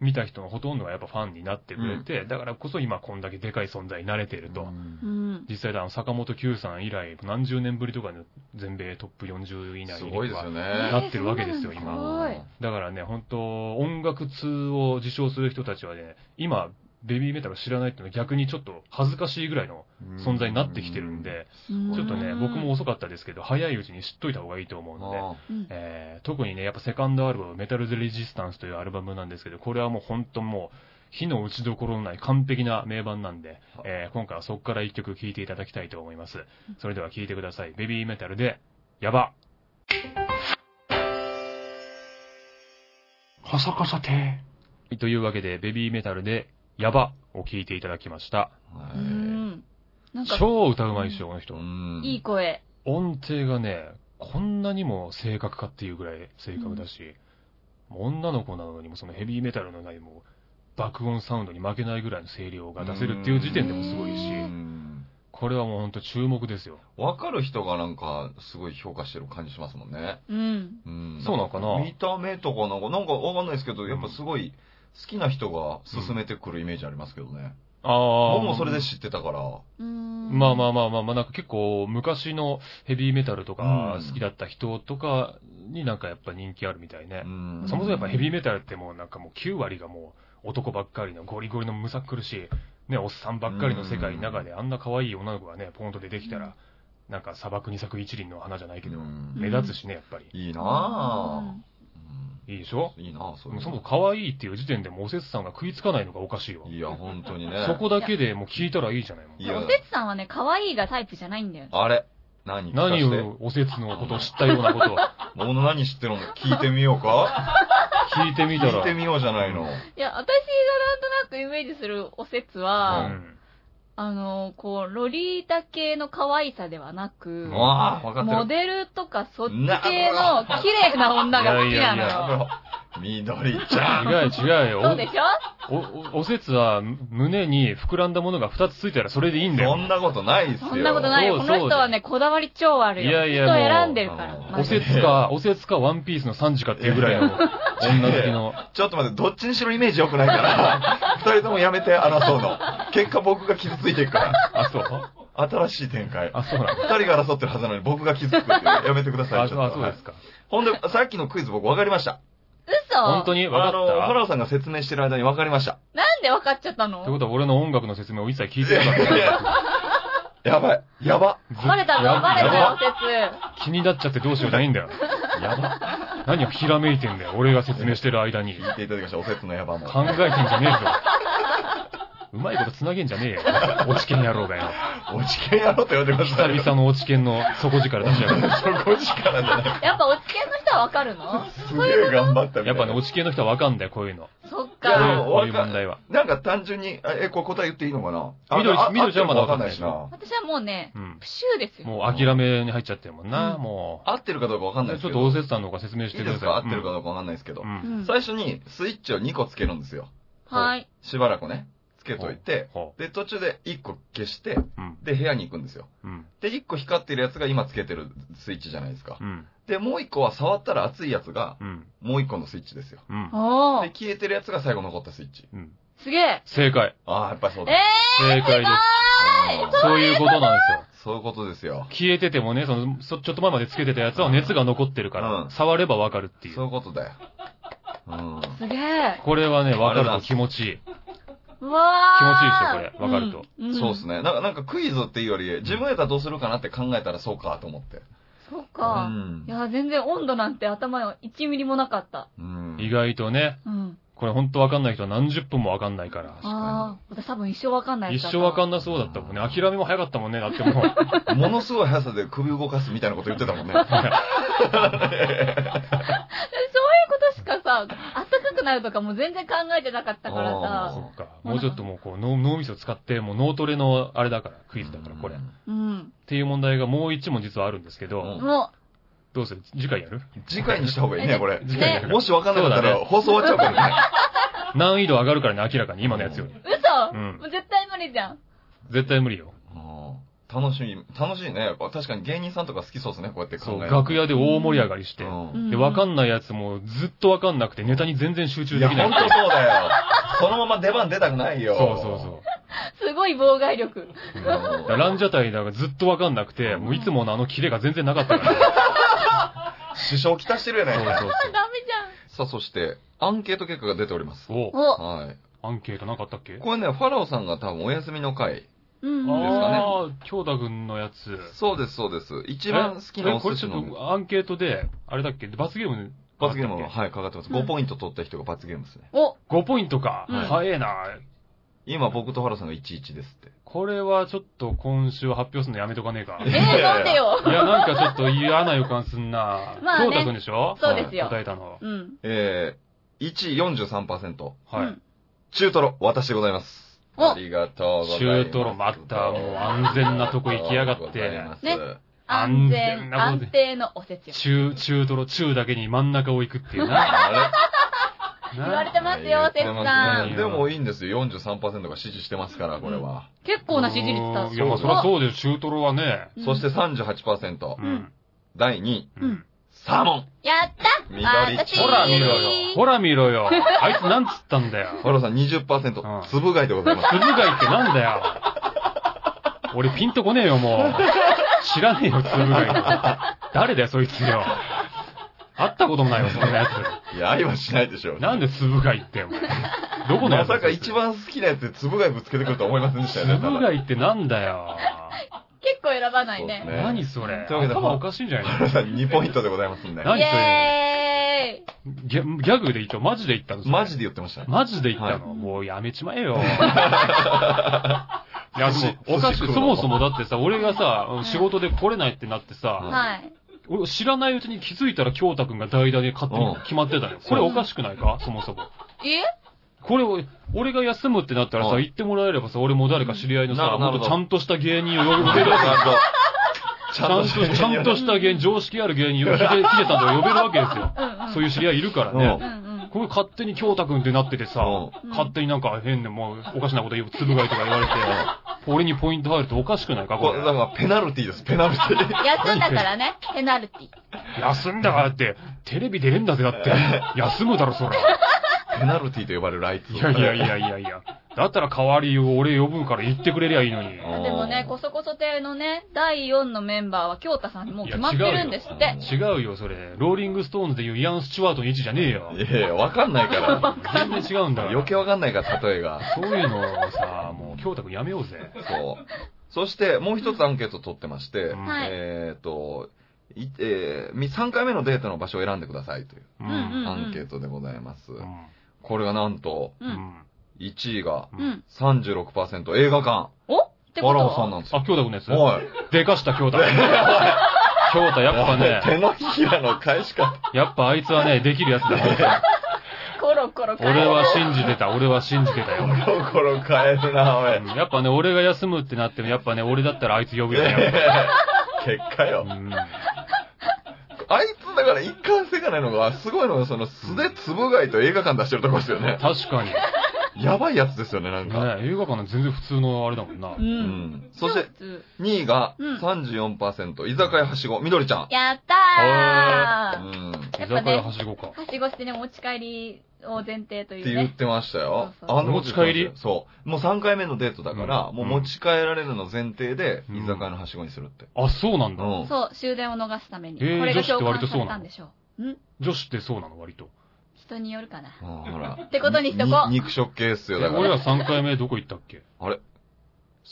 Speaker 1: 見た人のほとんどがやっぱファンになってくれて、だからこそ今こんだけでかい存在になれてると。
Speaker 2: うん
Speaker 3: うん
Speaker 1: 実際だ、あの坂本九さん以来、何十年ぶりとかの全米トップ40位以内
Speaker 2: す
Speaker 1: に
Speaker 2: ごいですよね。
Speaker 1: なってるわけですよ、
Speaker 3: えー
Speaker 1: 今。
Speaker 3: ごい
Speaker 1: だからね、本当音楽通を自称する人たちはね、今、ベビーメタルを知らないっていうのは逆にちょっと恥ずかしいぐらいの存在になってきてるんで、
Speaker 3: うん
Speaker 1: ちょっとね、
Speaker 3: うん
Speaker 1: 僕も遅かったですけど、早いうちに知っといた方がいいと思うので、
Speaker 3: うん
Speaker 1: えー特にね、やっぱセカンドアルバム、メタルズ・レジスタンスというアルバムなんですけど、これはもう本当もう、火の打ちどころのない完璧な名盤なんで、えー今回はそこから一曲聴いていただきたいと思います。それでは聴いてください。ベビーメタルで、やば
Speaker 4: カサカサ亭。
Speaker 1: というわけで、ベビーメタルで、やばを聴いていただきました。
Speaker 2: は
Speaker 3: う
Speaker 2: い
Speaker 3: んなんか、
Speaker 1: 超歌うまいっしょ、この人
Speaker 2: う。ん
Speaker 3: いい声。
Speaker 1: 音程がね、こんなにも正確かっていうぐらい正確だし、もう女の子なのにもそのヘビーメタルの中にも爆音サウンドに負けないぐらいの声量が出せるっていう時点でもすごいし
Speaker 2: う、
Speaker 3: うん
Speaker 2: ん
Speaker 1: これはもうほんと注目ですよ。
Speaker 2: わかる人がなんか、すごい評価してる感じしますもんね。
Speaker 3: うん。
Speaker 2: うん
Speaker 1: そうなのかな
Speaker 2: 見た目とかなんか、なんかわかんないですけど、やっぱすごい、好きな人が勧めてくるイメージありますけどね。
Speaker 1: あ
Speaker 2: 僕もそれで知ってたから。
Speaker 3: うん
Speaker 1: まあまあまあまあまあ、なんか結構昔のヘビーメタルとか
Speaker 2: うん
Speaker 1: 好きだった人とかになんかやっぱ人気あるみたいね。
Speaker 2: うん
Speaker 1: そもそもやっぱヘビーメタルってもうなんかもう9割がもう男ばっかりのゴリゴリのむさっくるしい、ね、おっさんばっかりの世界の中であんな可愛い女の子がね、ポンと出てきたら、なんか砂漠に咲く一輪の花じゃないけど
Speaker 2: う、ん
Speaker 1: 目立つしね、やっぱり。
Speaker 2: いいな
Speaker 1: いいでしょ
Speaker 2: ぁ。いいなぁ、そ
Speaker 1: そう
Speaker 2: いう
Speaker 1: もそも
Speaker 2: の。
Speaker 1: 可愛いっていう時点でもうおせつさんが食いつかないのがおかしいわ。
Speaker 2: いや、本当に
Speaker 1: <laughs>
Speaker 2: ね。
Speaker 1: そこだけでもう聞いたらいいじゃないもん
Speaker 2: いや
Speaker 3: おせつさんはね、可愛いがタイプじゃないんだよ。
Speaker 2: あれ何
Speaker 1: 何
Speaker 2: 聞か
Speaker 1: をおせつのことを知ったようなことを
Speaker 2: せて桃の何知ってるの聞いてみようか
Speaker 1: 聞いてみた
Speaker 2: 聞い
Speaker 1: ら。
Speaker 2: てみようじゃないの。
Speaker 3: いや、私がなんとなくイメージするおせつ
Speaker 1: う
Speaker 3: は、
Speaker 1: ん
Speaker 3: あの、こう、ロリータ系の可愛さではなく、
Speaker 2: わあ、わかってる
Speaker 3: モ。デルとかそっち系の
Speaker 2: なる
Speaker 3: 綺麗な女が好きなの
Speaker 1: いやいやいや
Speaker 3: よ。
Speaker 2: 緑ちゃん。
Speaker 1: <laughs> 違う違う
Speaker 3: そうでし
Speaker 1: よ。
Speaker 3: ょ
Speaker 1: お、お、おせつは胸に膨らんだものが2つついたらそれでいいんだよ。
Speaker 2: そんなことないですよ。
Speaker 3: そんなことないよ。こ
Speaker 1: そうそうだ
Speaker 3: の
Speaker 1: よ
Speaker 3: 人はね、こだわり超あるよ。
Speaker 1: いやいや
Speaker 3: 人
Speaker 1: もう
Speaker 3: 選んでるから。
Speaker 2: あの
Speaker 3: ま
Speaker 1: おせ
Speaker 3: ず
Speaker 1: つか、おせつかワンピースの3時かっていうぐらいの女好きの。
Speaker 2: ちょっと待って、どっちにしろイメージ良くないから、 <laughs> 二人ともやめて争うの。結果僕が傷ついていくから、
Speaker 1: あ、そう
Speaker 2: 新しい展開。
Speaker 1: あ、そうなんだ。
Speaker 2: 二人が争ってるはずなのに僕が傷つくっていう、やめてくださ
Speaker 1: あ、
Speaker 2: い、ち
Speaker 1: そ
Speaker 2: ょっ
Speaker 1: うあ
Speaker 2: と。
Speaker 1: そう
Speaker 2: は
Speaker 1: で
Speaker 2: い
Speaker 1: すか。
Speaker 2: ほんで、さっきのクイズ僕分かりました。
Speaker 3: 嘘
Speaker 1: 本当に分か
Speaker 2: あ
Speaker 1: っ
Speaker 2: の、ファ
Speaker 1: た
Speaker 2: ラオさんが説明してる間に分かりました。
Speaker 3: なんで分かっちゃった
Speaker 1: という
Speaker 3: の
Speaker 1: ことは俺の音楽の説明を一切聞いてなかった
Speaker 2: いやいや <laughs> やばい。やば。
Speaker 3: バレたの
Speaker 1: やば
Speaker 3: バレた
Speaker 1: や
Speaker 3: の
Speaker 1: ば
Speaker 3: 説。
Speaker 1: 気になっちゃってどうしようじゃないんだよ。
Speaker 2: やば。
Speaker 1: 何をひらめいてんだよ。俺が説明してる間に。
Speaker 2: 聞いていただきました、お説のやばも。
Speaker 1: 考えてんじゃねえぞ。うまいこと繋げんじゃねえよ。落ち研野郎がよ。
Speaker 2: お知見やろうって言われてまし
Speaker 1: 久
Speaker 2: たね。
Speaker 1: 々の落ち研の底力出しやがっ
Speaker 2: 底力じゃない。
Speaker 3: やっぱ落ち研の人は分かるの
Speaker 1: <laughs>
Speaker 2: すげえ頑張ったみたいな。
Speaker 1: て。やっぱね、落ち研の人はわかんだよ、こういうの。
Speaker 3: そっ
Speaker 2: いやで
Speaker 3: か。
Speaker 2: も
Speaker 1: こういう問題は。
Speaker 2: なんか単純に、あえ、これ答え言っていいのかなあ
Speaker 1: 緑
Speaker 2: ああ
Speaker 1: 緑ちゃんはまだわかんない
Speaker 2: 合ってるかわかんないし
Speaker 3: 私はもうね、
Speaker 1: うん
Speaker 3: プ。シューですよ。
Speaker 1: もう諦めに入っちゃってるもんな、
Speaker 3: うん
Speaker 1: も。
Speaker 2: な。合ってるかどうかわかんないうで
Speaker 1: ち
Speaker 2: す
Speaker 1: ょっ
Speaker 2: け
Speaker 1: と
Speaker 2: ど。
Speaker 1: 応接さんの方が説明し
Speaker 2: い
Speaker 1: て
Speaker 2: い
Speaker 1: くだ
Speaker 2: で
Speaker 1: さい。
Speaker 2: すか合ってるかどうかわかんないですけど
Speaker 1: う。。
Speaker 3: うんん
Speaker 2: 最初にスイッチを2個つけるんですよ。
Speaker 3: はい。
Speaker 2: しばらくね、つけといて、
Speaker 1: ほ
Speaker 2: で、途中で1個消して、
Speaker 1: う。うん。
Speaker 2: で、部屋に行くんですよ。
Speaker 1: うん。
Speaker 2: で、1個光ってるやつが今つけてるスイッチじゃないですか。
Speaker 1: うん。
Speaker 2: で、もう1個は触ったら熱いやつが、
Speaker 1: うん。
Speaker 2: もう1個のスイッチですよ。
Speaker 1: うん。
Speaker 3: お
Speaker 2: で、
Speaker 3: ー。
Speaker 2: 消えてるやつが最後残ったスイッチ。
Speaker 1: うん。
Speaker 3: すげえ。
Speaker 1: 正解。
Speaker 2: ああ、やっぱりそう
Speaker 3: え
Speaker 2: だ。
Speaker 1: 正解です。
Speaker 2: うん
Speaker 1: そういうことなんですよ。
Speaker 2: そういうことですよ。
Speaker 1: 消えててもね、その、そちょっと前までつけてたやつは熱が残ってるから、
Speaker 2: うん
Speaker 1: 触ればわかるってい
Speaker 2: そう
Speaker 1: う。
Speaker 2: いうことだよ。うん。
Speaker 3: ーすげえ。
Speaker 1: これはね、わかる
Speaker 2: あれな
Speaker 1: と
Speaker 2: んす
Speaker 1: 気持ちいい。
Speaker 3: うわー。
Speaker 1: 気持ちいいでしょこれわかると
Speaker 3: うん。ん
Speaker 2: そうです。ね。なんか、なんかクイズっていうより、自分やったらどうするかなって考えたらそうかと思って。
Speaker 3: そう
Speaker 2: う
Speaker 3: か。
Speaker 2: ん
Speaker 3: い。や、全然温度なんて頭1ミリもなかった。
Speaker 2: うん。
Speaker 1: 意外とね、
Speaker 3: うん。
Speaker 1: これほんとわかんない人は何十分もわかんないから。
Speaker 2: に
Speaker 3: ああ、私多分一生わかんない
Speaker 1: 一生わか
Speaker 3: ん
Speaker 1: んなそうだったもんね。諦めも早かったもんね。だってもう、
Speaker 2: ものすごい速さで首動かすみたいなこと言ってたもんね。
Speaker 3: <laughs> そういうことしかさ、あったかくなるとかも全然考えてなかったから
Speaker 2: あ
Speaker 1: そ
Speaker 3: さ。
Speaker 1: うか。もうちょっともうこう脳脳みそ使って、もう脳トレのあれだから、クイズだからこれ。っ
Speaker 2: うん
Speaker 3: うん。
Speaker 1: ていう問題がもう一問実はあるんですけど、
Speaker 2: うん
Speaker 3: も
Speaker 1: どうする次回やる
Speaker 2: 次回にした方がいいね、これ。
Speaker 1: 次回やる。
Speaker 2: もしわかんなかった
Speaker 1: そう
Speaker 2: ら、
Speaker 1: だ
Speaker 2: 放送終わっちゃうからね。
Speaker 1: 難易度上がるからね、明らかに。今のやつより。
Speaker 3: う、
Speaker 1: う
Speaker 3: 嘘、
Speaker 1: ん
Speaker 3: もう絶対無理じゃん。
Speaker 1: 絶対無理よ。
Speaker 2: うん楽しみ、楽しいね。やっぱ確かに芸人さんとか好きそうですね、こうやって考
Speaker 1: そう、
Speaker 2: える。
Speaker 1: 楽屋で大盛り上がりして。
Speaker 2: うん。
Speaker 1: で、わかんないやつもずっとわかんなくて、ネタに全然集中
Speaker 2: い
Speaker 1: で
Speaker 2: や、
Speaker 1: きな
Speaker 2: ほ
Speaker 1: ん
Speaker 2: とそう
Speaker 1: い。
Speaker 2: だよ。そのまま出番出たくないよ。
Speaker 1: そうそうそう。
Speaker 3: すごい妨害力。
Speaker 2: うん。
Speaker 1: だからランジャタイだがずっとわかんなくて、もういつものあのキレが全然なかったから。
Speaker 2: 支障きたしてるやない
Speaker 1: そう
Speaker 2: か。
Speaker 1: そう
Speaker 3: あ、ダメじゃ
Speaker 2: さあ、そして、アンケート結果が出ております。
Speaker 1: そう。
Speaker 3: ん。お、
Speaker 2: はい。
Speaker 1: お、アンケートなかったっけ
Speaker 2: これね、ファラオさんが多分お休みの回。
Speaker 3: うん。
Speaker 1: ああ、京太君のやつ。
Speaker 2: そうです、そうです。一番好きな
Speaker 1: えこ
Speaker 2: お
Speaker 1: れ
Speaker 2: 寿
Speaker 1: ち
Speaker 2: 司
Speaker 1: ょっ
Speaker 2: の。
Speaker 1: とアンケートで、あれだっけ罰ゲーム
Speaker 2: 罰ゲームの、
Speaker 1: あったっ
Speaker 2: はい、かかってます。
Speaker 3: うん
Speaker 2: 5ポイント取った人が罰ゲームですね。
Speaker 3: お、
Speaker 1: け ?5 ポイントか。
Speaker 3: うん
Speaker 1: 早いな。
Speaker 2: 今、僕とファラオさんが11ですって。
Speaker 1: これはちょっと今週発表するのやめとかねえか。
Speaker 3: えー、なんでよ。
Speaker 1: いや、なんかちょっと嫌な予感すんな。
Speaker 3: まあね
Speaker 1: 京太くんでしょ
Speaker 3: そうですよ。
Speaker 1: 答えたの。
Speaker 3: うん。
Speaker 2: えー、1位43%。
Speaker 1: は
Speaker 3: う
Speaker 1: い
Speaker 3: ん。
Speaker 2: 中トロ、私でございます。
Speaker 3: お
Speaker 2: ありがとうございます。
Speaker 1: 中トロまた、もう安全なとこ行きやがっ
Speaker 2: あり
Speaker 1: て
Speaker 2: がとうござい。ます
Speaker 3: ね安
Speaker 1: 安
Speaker 3: 全
Speaker 1: 全、なこ
Speaker 3: 安
Speaker 1: とで
Speaker 3: 定のおせちよ。
Speaker 1: 中、中トロ、中だけに真ん中を行くっていうな。
Speaker 2: あ
Speaker 1: 言
Speaker 3: <laughs> 言われ
Speaker 2: れ
Speaker 3: てますよ、セフさ
Speaker 1: ん
Speaker 2: でもいいんですよ。43%が支持してますから、これは。
Speaker 3: ん。結構な支持率だ
Speaker 1: いや、まあそりゃそうだよ、中トロはね。
Speaker 3: うん
Speaker 2: そして38%
Speaker 1: う。
Speaker 3: ん
Speaker 1: ん。
Speaker 2: 第2位、
Speaker 3: うん
Speaker 2: サーモン。
Speaker 3: やった
Speaker 2: 緑
Speaker 3: あ私
Speaker 1: ほら見ろよ。ほら見ろよ。あいつなんつったんだよ。
Speaker 2: ファローさん
Speaker 1: うん
Speaker 2: 20%、つぶ貝でございます。 <laughs>
Speaker 1: つぶ貝ってなんだよ。俺ピンとこねえよ、もう。知らねえよ、つぶ貝。誰だよ、そいつよ。会ったこともないわ、そんなや
Speaker 2: いや、ありはしないでしょ
Speaker 1: つ。
Speaker 2: う。
Speaker 1: なんでつぶ貝って、お前。どこのや
Speaker 2: ま
Speaker 1: つ
Speaker 2: さか一。番好きなやつでつぶ貝ぶつけてくるとは思いませんでし
Speaker 1: つ
Speaker 2: たよね。
Speaker 1: ぶ貝ってなんだよ。
Speaker 3: 結構選ばない
Speaker 2: そう
Speaker 3: ね。
Speaker 2: ね
Speaker 1: 何それ。
Speaker 2: というわけで
Speaker 1: 頭おかしいんじゃない
Speaker 2: ファローさん2ポイントでございますんで。
Speaker 1: 何そ
Speaker 3: イェーイ
Speaker 1: のギャギャグで言ったマジで言ったのそれ
Speaker 2: マジで言ってました。
Speaker 1: マジで言ったの、
Speaker 3: はい
Speaker 1: もうやめちまえ
Speaker 2: <laughs>
Speaker 1: よ。いや、でも、おかし
Speaker 2: 寿司食う
Speaker 1: く、
Speaker 2: の
Speaker 1: そもそもだってさ、俺がさ、仕事で来れないってなってさ、
Speaker 3: はい。
Speaker 1: 俺知らないうちに気づいたら京太くんが代打で勝手に決まってたのよ。これおかしくないかそもそも。
Speaker 3: え
Speaker 1: これを、俺が休むってなったらさ、
Speaker 2: うん
Speaker 1: 言ってもらえればさ、俺も誰か知り合いの
Speaker 2: なる
Speaker 1: さ、
Speaker 2: ほど
Speaker 1: もっとちゃんとした芸人を呼べ
Speaker 2: ち
Speaker 1: る
Speaker 2: <laughs>
Speaker 1: わけち
Speaker 2: ゃ
Speaker 1: ゃん
Speaker 2: ん
Speaker 1: と、
Speaker 2: と、
Speaker 1: ちゃんとした芸人、常識ある芸人、ヒデヒデさんとか呼べるわけですよ。
Speaker 3: うんうん。
Speaker 1: そういう知り合いいるから
Speaker 2: う
Speaker 1: ね。
Speaker 3: うんうん。
Speaker 1: これ勝手に京太くんってなっててさ、
Speaker 2: う
Speaker 1: 勝手になんか変でもうおかしなこと言う、つぶがいとか言われて、俺にポイント入るとおかしくないかこ
Speaker 2: これ
Speaker 1: れ
Speaker 2: だ。からペナルティです、ペナルテ
Speaker 1: <laughs>
Speaker 2: ィ。
Speaker 3: 休んだからね、ペナルティ。
Speaker 1: 休んだからって、テレビ出れんだぜだって。休むだろ、そら。
Speaker 2: ペナルティと呼ばれるあいつ。
Speaker 1: いやいやいやいやいや。だったら代わりを俺呼ぶから言ってくれりゃいいのに。
Speaker 2: うん
Speaker 3: でもね、こそこそ亭のね、第4のメンバーは京太さんにもう決まってるんですっ
Speaker 2: いや
Speaker 3: て
Speaker 2: 違。
Speaker 1: 違うよ、それ。ローリングストーンズで言うイアン・スチュワートの位置じゃねえよ
Speaker 2: い。やいや、わかんないから。
Speaker 1: 全然違うんだから。
Speaker 2: 余計わかんないから、例えが。
Speaker 1: そういうのをさ、もう、京太くんやめようぜ。
Speaker 2: そう。そして、もう一つアンケート取ってまして、
Speaker 1: うん
Speaker 3: はい
Speaker 2: えっ、と、いえー、3回目のデートの場所を選んでくださいという
Speaker 1: う
Speaker 3: うん
Speaker 2: アンケートでございます。
Speaker 1: うん
Speaker 2: これがなんと、
Speaker 3: う。
Speaker 1: うんん。
Speaker 2: 1位が
Speaker 3: うん。
Speaker 2: 36%映画館。
Speaker 3: おって
Speaker 2: フ
Speaker 3: こ
Speaker 2: ァ
Speaker 3: と
Speaker 2: ラオさん
Speaker 3: は
Speaker 2: なんです
Speaker 1: あ、
Speaker 2: よ。
Speaker 1: 京太くんのやつ
Speaker 2: おい。
Speaker 1: でかした京太。京太やっぱね、
Speaker 2: 手のひらの返し方。
Speaker 1: やっぱあいつはね、できるやつだ。
Speaker 3: コロコロ変え
Speaker 1: 俺
Speaker 3: る
Speaker 1: は信じてた、俺は信じてたよ。
Speaker 2: コロコロ変えるな、おい。
Speaker 1: やっぱね、俺が休むってなっても、やっぱね、俺だったらあいつ呼ぶよね。
Speaker 2: 結果
Speaker 1: う
Speaker 2: よ。
Speaker 1: ん
Speaker 2: あいつだから一貫性がないのが、すごいのが、その素でつぶ貝と映画館出してるとこですよね。
Speaker 1: 確かに。ね
Speaker 2: やばいやつですよね、なんか。
Speaker 1: 映画館の全然普通のあれだもんな
Speaker 3: う。。
Speaker 2: うんん。そして
Speaker 3: 普、通
Speaker 2: 2位が
Speaker 3: うん
Speaker 2: 34%、居酒屋はしご、みどりちゃん。
Speaker 3: やった
Speaker 2: う
Speaker 3: ー
Speaker 2: ん。っ
Speaker 1: 居
Speaker 3: やっ
Speaker 1: 酒
Speaker 3: ぱね
Speaker 1: 屋はしごか。
Speaker 3: はしごしてね、持ち帰りを前提とい
Speaker 2: て
Speaker 3: う
Speaker 2: 言っ
Speaker 3: ね。
Speaker 2: てましたよ。
Speaker 3: そうそう
Speaker 2: あの
Speaker 1: 持ち帰り
Speaker 2: そう。もう3回目のデートだから、
Speaker 1: うん
Speaker 2: もう持ち帰られるの前提で、
Speaker 1: うん
Speaker 2: 居酒屋のはしごにするって。
Speaker 1: あ、そうなんだ。
Speaker 2: うん。
Speaker 3: そう、終電を逃すために。
Speaker 1: えー
Speaker 3: これが
Speaker 1: 女子っ
Speaker 3: 召
Speaker 1: て割と
Speaker 3: 喚さ
Speaker 1: そう
Speaker 3: れ
Speaker 1: な
Speaker 3: た
Speaker 1: の
Speaker 3: んでしょう。ん
Speaker 1: 女子ってそうなの、割と。
Speaker 3: 人によるかな。
Speaker 2: あほら。って
Speaker 3: ことにしとこう
Speaker 2: 肉食系っす
Speaker 1: え
Speaker 2: よ、だか
Speaker 1: 俺
Speaker 2: ら。
Speaker 1: ら3回目どこ行ったっけ
Speaker 2: あれ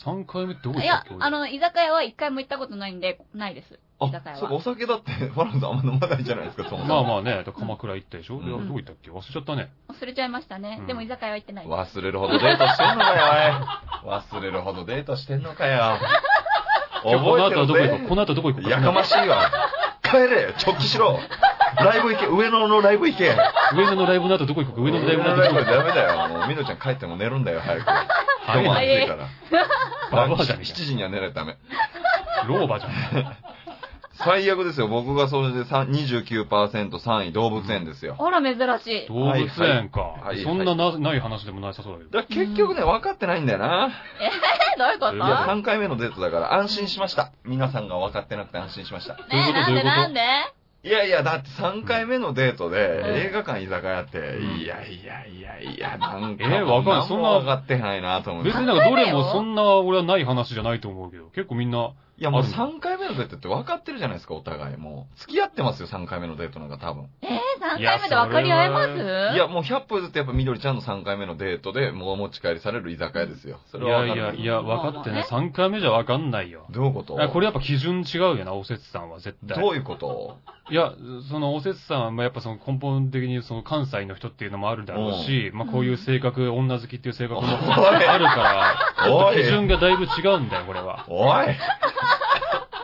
Speaker 1: ?3 回目どこ行っ
Speaker 3: い
Speaker 1: たっ
Speaker 3: や
Speaker 1: け、俺
Speaker 3: あの、居酒屋は一回も行ったことないんで、ないです。居酒屋
Speaker 2: あ、
Speaker 3: は
Speaker 2: そうか、お酒だって、 <laughs> ファランさんあんま飲まないじゃないですか、そもそ
Speaker 1: まあ
Speaker 2: も。
Speaker 1: まあね、だから鎌倉行ったでしょ、
Speaker 2: うん
Speaker 1: いやどこ行ったっけ忘れちゃったね。
Speaker 3: 忘れちゃいましたね。
Speaker 1: うん
Speaker 3: でも居酒屋は行ってないです。
Speaker 2: 忘れるほどデートしてんのかよ、おい。忘れるほどデートしてんのかよ。
Speaker 1: <laughs> 今日この後はどこ
Speaker 2: 覚
Speaker 1: 行
Speaker 2: え
Speaker 1: こ
Speaker 2: てる
Speaker 1: う
Speaker 2: ぜ
Speaker 1: この後どこ行こう
Speaker 2: やかましいわ。帰れ直帰しろライブ行け上野のライブ行け
Speaker 1: 上野のライブの後どこ行こう上野のライブの後どこ行こ
Speaker 2: ダメだよ。もう、みのちゃん帰っても寝るんだよ、早く。
Speaker 1: う
Speaker 2: 今日も
Speaker 1: 早
Speaker 2: 暑
Speaker 1: い
Speaker 2: いから。
Speaker 1: バ
Speaker 2: <laughs>
Speaker 1: バアじゃねえ
Speaker 2: 7
Speaker 1: か
Speaker 2: 時には寝ないとダメ。
Speaker 1: 老婆じゃん。
Speaker 2: 最悪ですよ。僕がそれでさん29%、3位、動物園ですよ。
Speaker 3: あら、珍しい。
Speaker 1: 動物園か。
Speaker 2: いはい
Speaker 1: そんななない話でもなさそうだけど。
Speaker 2: だから結局ね、分かってないんだよな。
Speaker 3: え、どういうこと
Speaker 1: い
Speaker 2: い
Speaker 1: や
Speaker 2: や、
Speaker 1: さ
Speaker 3: ね
Speaker 2: 3回目のデートだから安心しました。皆さんが分かってなくて安心しました。
Speaker 1: ど
Speaker 3: え、
Speaker 1: ういうこと
Speaker 3: なんでなんで
Speaker 2: いやいや、だって3回目のデートで、
Speaker 3: ん
Speaker 2: 映画館居酒屋って、
Speaker 1: ん
Speaker 2: いやいやいやいや、なんか、
Speaker 1: えーわかんないそんな
Speaker 2: 分かってないなと思って
Speaker 1: 別。になんかどれもそんな俺はない話じゃないと思うけど、結構みんな、
Speaker 2: いやもう
Speaker 1: あるの
Speaker 2: 3回目のデートって分かってるじゃないですか、お互い。もう、付き合ってますよ、3回目のデートなんか多分。
Speaker 3: え、3
Speaker 1: いや
Speaker 3: 回目で分かり合えます
Speaker 1: それ
Speaker 2: いや、もう100歩ずってやっぱ緑ちゃんの3回目のデートで、もうお持ち帰りされる居酒屋ですよ。そ
Speaker 1: い
Speaker 2: れは
Speaker 1: や
Speaker 2: 分
Speaker 1: い
Speaker 2: かる
Speaker 1: やいや、分かってない。
Speaker 3: ま
Speaker 1: 3回目じゃ分かんないよ。
Speaker 2: どういうこと
Speaker 1: あこれやっぱ基準違うよな、おせつさんは絶対。
Speaker 2: どういうこと
Speaker 1: いや、その、おせつさんは、まあやっぱその根本的にその関西の人っていうのもあるだろうし、まあこういう性格、女好きっていう性格も
Speaker 2: おい
Speaker 1: あるから、
Speaker 2: おい
Speaker 1: 基準がだいぶ違うんだよ、これは。
Speaker 2: おい <laughs>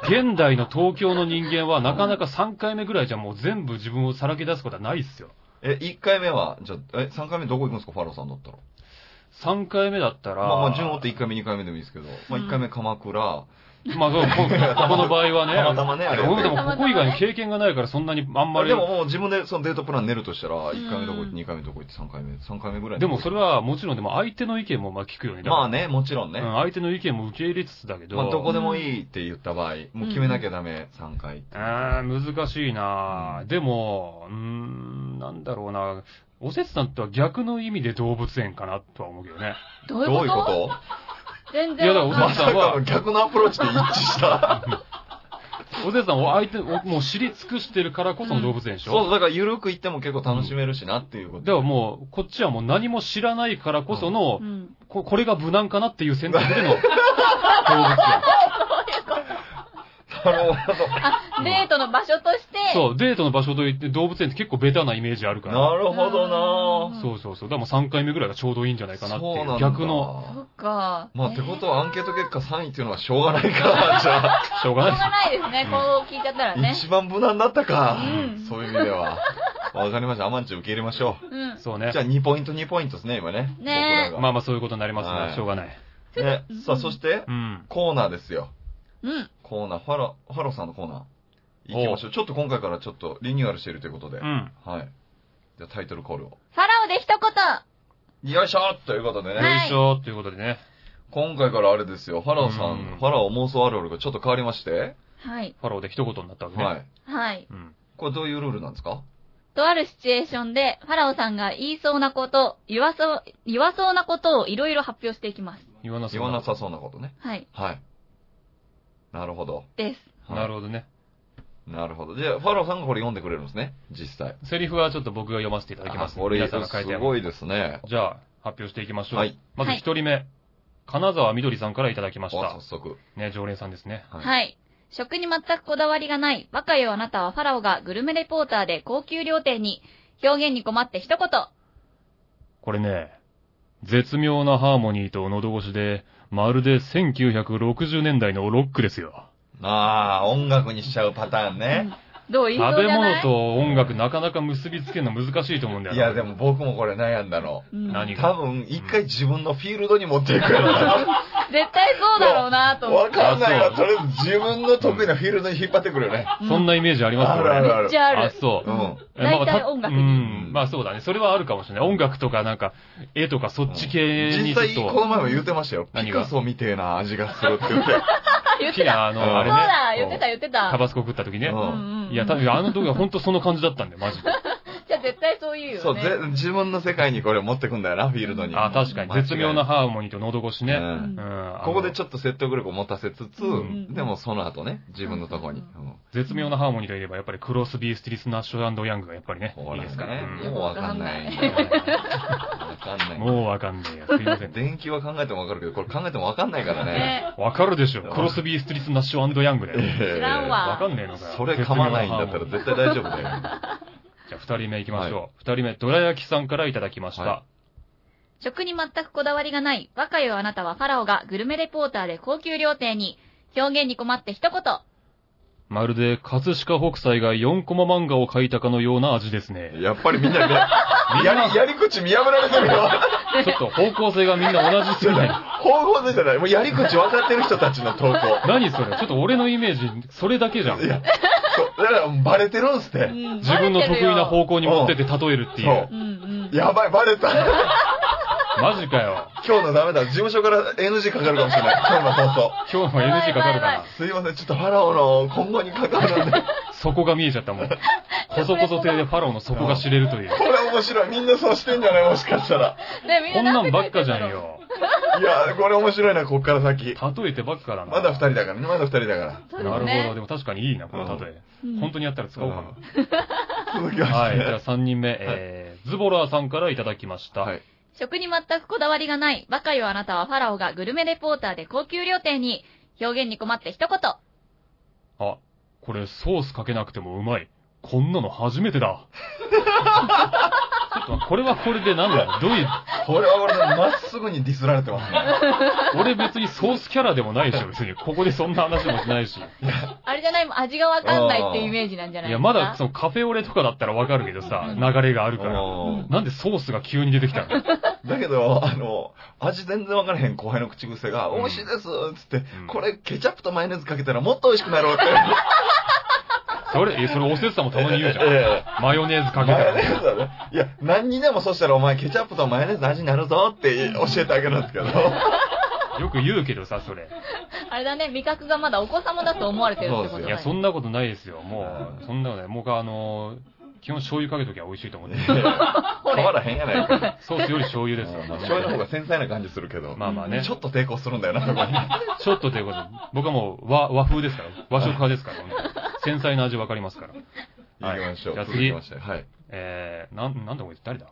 Speaker 1: 現代の東京の人間はなかなか3回目ぐらいじゃもう全部自分をさらけ出すことはないっすよ。
Speaker 2: え、1回目は、じゃあ、え、3回目どこ行くんですか、ファローさんだったら。
Speaker 1: 3回目だったら、
Speaker 2: まあまあ、順を追って1回目、2回目でもいいですけど、まあ1回目鎌倉、
Speaker 1: まあそう、
Speaker 2: <laughs>
Speaker 1: こここの場合はね。
Speaker 2: たまたまねあれ
Speaker 1: 僕でもここ以外に経験がないからそんなにあんまり。
Speaker 2: でももう自分でそのデートプラン練るとしたら、1回目どこ行って、2回目どこ行って、3回目、3回目ぐらい。
Speaker 1: でもそれ、はもちろんでも相手の意見もまあ聞くよね。だから
Speaker 2: まあね、もちろんね。
Speaker 1: うん、相手の意見も受け入れつつだけど。
Speaker 2: まあ、どこでもいいって言った場合、もう決めなきゃダメ、3回。
Speaker 1: あー難しいなぁでも、うーん、なんだろうなおせつさんとは逆の意味で動物園かなとは思うけど
Speaker 2: <laughs>
Speaker 1: ね。
Speaker 3: どう
Speaker 2: どう
Speaker 3: い
Speaker 2: いうう
Speaker 3: こ
Speaker 2: ことと
Speaker 1: い
Speaker 3: 全
Speaker 1: や
Speaker 3: 然
Speaker 1: だから
Speaker 3: 分かん
Speaker 2: ま
Speaker 3: ない。
Speaker 2: さかの逆のアプローチで一致した。
Speaker 1: おせつさんは相手、おもう知り尽くしてるからこその動物園でし
Speaker 2: そう
Speaker 1: ょ、
Speaker 2: そう、だから緩く行っても結構楽しめるしなっていうこと。
Speaker 1: ではもう、こっちはもう何も知らないからこその、
Speaker 3: うん。
Speaker 1: ここれが無難かなっていう選択で
Speaker 2: <laughs>
Speaker 1: の動物園。
Speaker 2: なるほ
Speaker 3: あ、デートの場所として、
Speaker 1: そう、デートの場所といって動物園って結構ベタなイメージあるか
Speaker 2: ど。
Speaker 1: ら。
Speaker 2: なるほど
Speaker 3: うん
Speaker 2: な
Speaker 1: そうそうそう。だからもう3回目ぐらいがちょうどいいんじゃないかなって
Speaker 2: そう
Speaker 1: い
Speaker 2: な
Speaker 1: う。
Speaker 2: んだ
Speaker 1: 逆の、
Speaker 3: そっか。
Speaker 2: まあ、ってことはアンケート結果3位っていうのはしょうがないか。じゃあ、
Speaker 1: しょうが
Speaker 3: しょ
Speaker 1: な
Speaker 3: う
Speaker 1: いです
Speaker 3: がないですね。こう聞いちゃったらね。
Speaker 2: 一番無難だったか
Speaker 3: うん。
Speaker 2: そういう意味では。わかりました。アマンチ受け入れましょ
Speaker 3: うん。
Speaker 1: そう
Speaker 2: う。
Speaker 1: ね
Speaker 2: じゃ。あ2ポイント2ポイントですね、今ね。
Speaker 3: ねえ
Speaker 1: ま
Speaker 2: 僕らが
Speaker 1: あまあそういうことになります
Speaker 2: は
Speaker 1: ね。
Speaker 2: い
Speaker 1: しょうがない。
Speaker 2: ね。さあ、そして
Speaker 1: う、ん。
Speaker 2: コーナーですよ。
Speaker 3: うん。
Speaker 2: コーナー、ファロ、ファロさんのコーナー。行きましょう。ちょっと今回からちょっとリニューアルしているということで。
Speaker 1: う
Speaker 2: はい。
Speaker 1: ん。
Speaker 2: じゃあタイトルコールを。
Speaker 3: ファラオで一言
Speaker 2: よいしょということでね。
Speaker 1: よ
Speaker 3: はい
Speaker 1: いしょということでね。
Speaker 2: 今回からあれですよ、ファラオさ
Speaker 1: うん
Speaker 2: ん、ファラオ妄想あるあるがちょっと変わりまして、
Speaker 3: はい。
Speaker 1: ファローで一言になったわけね。
Speaker 2: はい。
Speaker 3: はい。
Speaker 1: うん。
Speaker 2: これどういうルールなんですか
Speaker 3: とあるシチュエーションで、ファラオさんが言いそうなこと、言わそう、言わそうなことをいろいろ発表していきます。
Speaker 1: 言わなそう
Speaker 2: 言わなさそうなことね。
Speaker 3: はい。
Speaker 2: はい。なるほど。
Speaker 3: です。
Speaker 2: はい
Speaker 1: なるほどね。
Speaker 2: なるほど。じゃあ、ファラオさんがこれ読んでくれるんですね、実際。
Speaker 1: セリフはちょっと僕が読ませていただきます。
Speaker 2: あこれ、
Speaker 1: 皆
Speaker 2: す
Speaker 1: さんが書いてある。
Speaker 2: ごいですね。
Speaker 1: じゃあ、発表していきましょう。
Speaker 2: はい
Speaker 1: まず一人目。金沢みどりさんからいただきま
Speaker 2: あ
Speaker 1: し
Speaker 2: 早
Speaker 1: た。
Speaker 2: 速。
Speaker 1: ね、常連さんですね。
Speaker 2: はい
Speaker 3: はい。食に全くこだわりがない、若よあなたはファラオがグルメレポーターで高級料亭に、表現に困って一言。
Speaker 1: これね、絶妙なハーモニーと喉越しで、まるで1960年代のロックですよ。
Speaker 2: ああ、音楽にしちゃうパターンね。
Speaker 3: どういいそう
Speaker 1: 食
Speaker 3: じ
Speaker 1: べ
Speaker 3: ゃ
Speaker 1: 物
Speaker 3: ない
Speaker 1: と音楽なかなか結びつけるの難しいと思うんだよ
Speaker 2: い
Speaker 1: な
Speaker 2: や、でも僕もこれ悩んだの。
Speaker 3: うん
Speaker 1: 何
Speaker 2: 多分、一回自分のフィールドに持っていくような。
Speaker 3: 絶対そうだろうなと思っ
Speaker 2: わ
Speaker 3: て。
Speaker 2: かんない
Speaker 1: あ
Speaker 2: わ。
Speaker 1: そう
Speaker 2: とりあえず自分の得意なフィールドに引っ張ってくるよね。
Speaker 1: そんなイメージありますよ、
Speaker 2: ある
Speaker 1: 俺。
Speaker 2: る
Speaker 3: めっちゃあ
Speaker 1: あ、
Speaker 3: る。
Speaker 1: そう
Speaker 2: う。ん。
Speaker 1: えまあ
Speaker 3: 大体
Speaker 1: た
Speaker 3: 音楽
Speaker 1: う
Speaker 3: に
Speaker 1: ん。まあそうだね。それはあるかもしれない。音楽とかなんか、絵とかそっち系にちょ
Speaker 2: 実際、
Speaker 1: っ、
Speaker 2: ことの前も言ってましたよ。ピ
Speaker 1: 何が
Speaker 2: カソみてえな味がするって言って。
Speaker 3: 言って
Speaker 1: き
Speaker 3: た。
Speaker 1: な、あの、
Speaker 2: うん
Speaker 1: あ
Speaker 3: そう
Speaker 1: れね、
Speaker 3: だ、言ってた言って
Speaker 1: タ
Speaker 3: た。
Speaker 1: バスコ食った時ね
Speaker 2: う。
Speaker 3: うんんうん
Speaker 1: いや、確かにあの時は本当その感じだったんだよ、マジで。
Speaker 3: じゃあ絶対そう言う
Speaker 2: <laughs> そ
Speaker 3: よ
Speaker 2: う、
Speaker 3: ね。
Speaker 2: ぜ自分の世界にこれ持ってくんだよな、フィールドに。
Speaker 1: あ、確かに。絶妙なハーモニーと喉越し
Speaker 2: ね。う
Speaker 1: ね。
Speaker 2: ん
Speaker 1: うん。あの
Speaker 2: ここでちょっと説得力を持たせつつ
Speaker 1: うん、
Speaker 2: でもその後ね、自分のとこに。
Speaker 3: う
Speaker 2: うん
Speaker 1: 絶妙なハーモニーといえば、やっぱりクロスビー・スティリス・ナッシュヤングがやっぱりね、いいですから。
Speaker 2: ね。
Speaker 1: うん
Speaker 2: もうわかんない。わ
Speaker 3: よ
Speaker 2: かんない。
Speaker 1: もうわかんねえや。すいません。
Speaker 2: 電気は考えてもわかるけど、これ考えてもわかんないからね。
Speaker 3: ね。
Speaker 1: わかるでしょ。クロスビー・スティリス・ナッシュヤングだよ。
Speaker 3: 知らんわ
Speaker 1: わかんねえのかよ。
Speaker 2: それ噛まないんだったら
Speaker 1: 絶妙ハーモニー
Speaker 2: 絶対大丈夫だ <laughs> よ。
Speaker 1: じゃあ二人目行きましょう。二、人目、どら焼きさんからいただきました。
Speaker 2: は
Speaker 3: 食に全くこだわりがない若よあなたはファラオがグルメレポーターで高級料亭に表現に困って一言。
Speaker 1: まるで、葛飾北斎が4コマ漫画を描いたかのような味ですね。
Speaker 2: やっぱりみんなが、やり、やり口見破られてるよ。
Speaker 1: ちょっと方向性がみんな同じすぎ
Speaker 2: <laughs>
Speaker 1: ない。
Speaker 2: 方向性じゃない。もうやり口分かってる人たちの投稿。
Speaker 1: 何それちょっと俺のイメージ、それだけじゃん。
Speaker 2: いや、そうだからバレてるんすっ
Speaker 3: う
Speaker 2: て。
Speaker 3: ん
Speaker 1: 自分の得意な方向に持ってって例えるってい
Speaker 2: そうう。
Speaker 3: うんうん。
Speaker 2: やばい、バレた。
Speaker 1: マジかよ。
Speaker 2: 今日のダメだ。事務所から NG かかるかもしれない。今日の放送。
Speaker 1: 今日も NG かかるか
Speaker 3: やばいやば
Speaker 1: ら
Speaker 3: い。
Speaker 2: すいません、ちょっとファラオの今後に関わるんで。
Speaker 1: そこが見えちゃったもん。こそこそ亭でファローのそこが知れるという。
Speaker 2: これ面白い。みんなそうしてんじゃないもしかしたら。
Speaker 3: ねみ
Speaker 1: こん
Speaker 3: な
Speaker 1: なん
Speaker 3: て
Speaker 1: ば
Speaker 3: 書
Speaker 1: っ
Speaker 3: いて
Speaker 1: か
Speaker 3: ん
Speaker 1: じ
Speaker 3: だ
Speaker 1: ゃん
Speaker 3: ろう。
Speaker 1: よ。
Speaker 2: いや、これ面白いな、こっから先。
Speaker 1: 例えてばっかだな。
Speaker 2: まだ二人だからね、まだ二人だから。
Speaker 3: そう
Speaker 1: な
Speaker 3: です
Speaker 1: る
Speaker 3: ね
Speaker 1: ほど。でも確かにいいな、この例え。
Speaker 3: うん
Speaker 1: 本当にやったら使おうか
Speaker 2: 続きまし
Speaker 1: な。
Speaker 2: て。
Speaker 1: はい。じゃ
Speaker 2: <laughs>
Speaker 1: あ3人目、えー、ズボラーさんからいただきました。
Speaker 2: はい
Speaker 3: 食に全くこだわりがない若よあなたはファラオがグルメレポーターで高級料亭に表現に困って一言。
Speaker 1: あ、これソースかけなくてもうまい。こんなの初めて
Speaker 2: <laughs>
Speaker 1: だ。ちょっと待ってこれはこれで何だどういう、
Speaker 2: これはこれでまっすぐにディスられてますね。
Speaker 1: 俺別にソースキャラでもないでしょ、別に。ここでそんな話もしないし。
Speaker 3: あれじゃない味がわかんないっていうイメージなんじゃない
Speaker 1: い
Speaker 3: で
Speaker 1: や、ま
Speaker 3: すか
Speaker 1: だそのカフェオレとかだったらわかるけどさ、流れがあるから。
Speaker 2: うん
Speaker 1: なんでソースが急に出てきたの
Speaker 2: だけど、あの、味全然わからへん後輩の口癖が、
Speaker 1: うん
Speaker 2: 美味しいですっつって、
Speaker 1: うん
Speaker 2: これケチャップとマヨネーズかけたらもっと美味しくなるって。
Speaker 1: <laughs> それ、え、それおせつさんもたまに言うじゃん。
Speaker 2: <laughs> ええ
Speaker 1: マヨネーズかけた
Speaker 2: マヨネ
Speaker 1: ら。
Speaker 2: ーズだね。いや、何にでもそしたらお前ケチャップとマヨネーズ味になるぞって教えてあげるんですけど。
Speaker 1: よく言うけどさ、それ。
Speaker 3: あれだね、味覚がまだお子様だと思われてるってこと
Speaker 2: そう
Speaker 1: い
Speaker 3: だ
Speaker 1: や、
Speaker 3: ね。
Speaker 1: そんなことないですよ。もう、そんなことない。僕はあのー、基本醤油かけときは美味しいと思って
Speaker 2: <laughs>
Speaker 1: る。
Speaker 2: 変わらへんやないか。
Speaker 1: ソースより醤油ですよ。
Speaker 2: 醤油の方が繊細な感じするけど。
Speaker 1: まあまあね。
Speaker 2: ちょっと抵抗するんだよな、そこに。
Speaker 1: ちょっとということで、僕はもう和和風ですから、和食派ですから、本当に繊細な味わかりますから。はい
Speaker 2: 行きましょう。
Speaker 1: じゃあ
Speaker 2: 続
Speaker 1: 次
Speaker 2: きまして。はい。
Speaker 1: えー、なん、なんだこいつ誰だ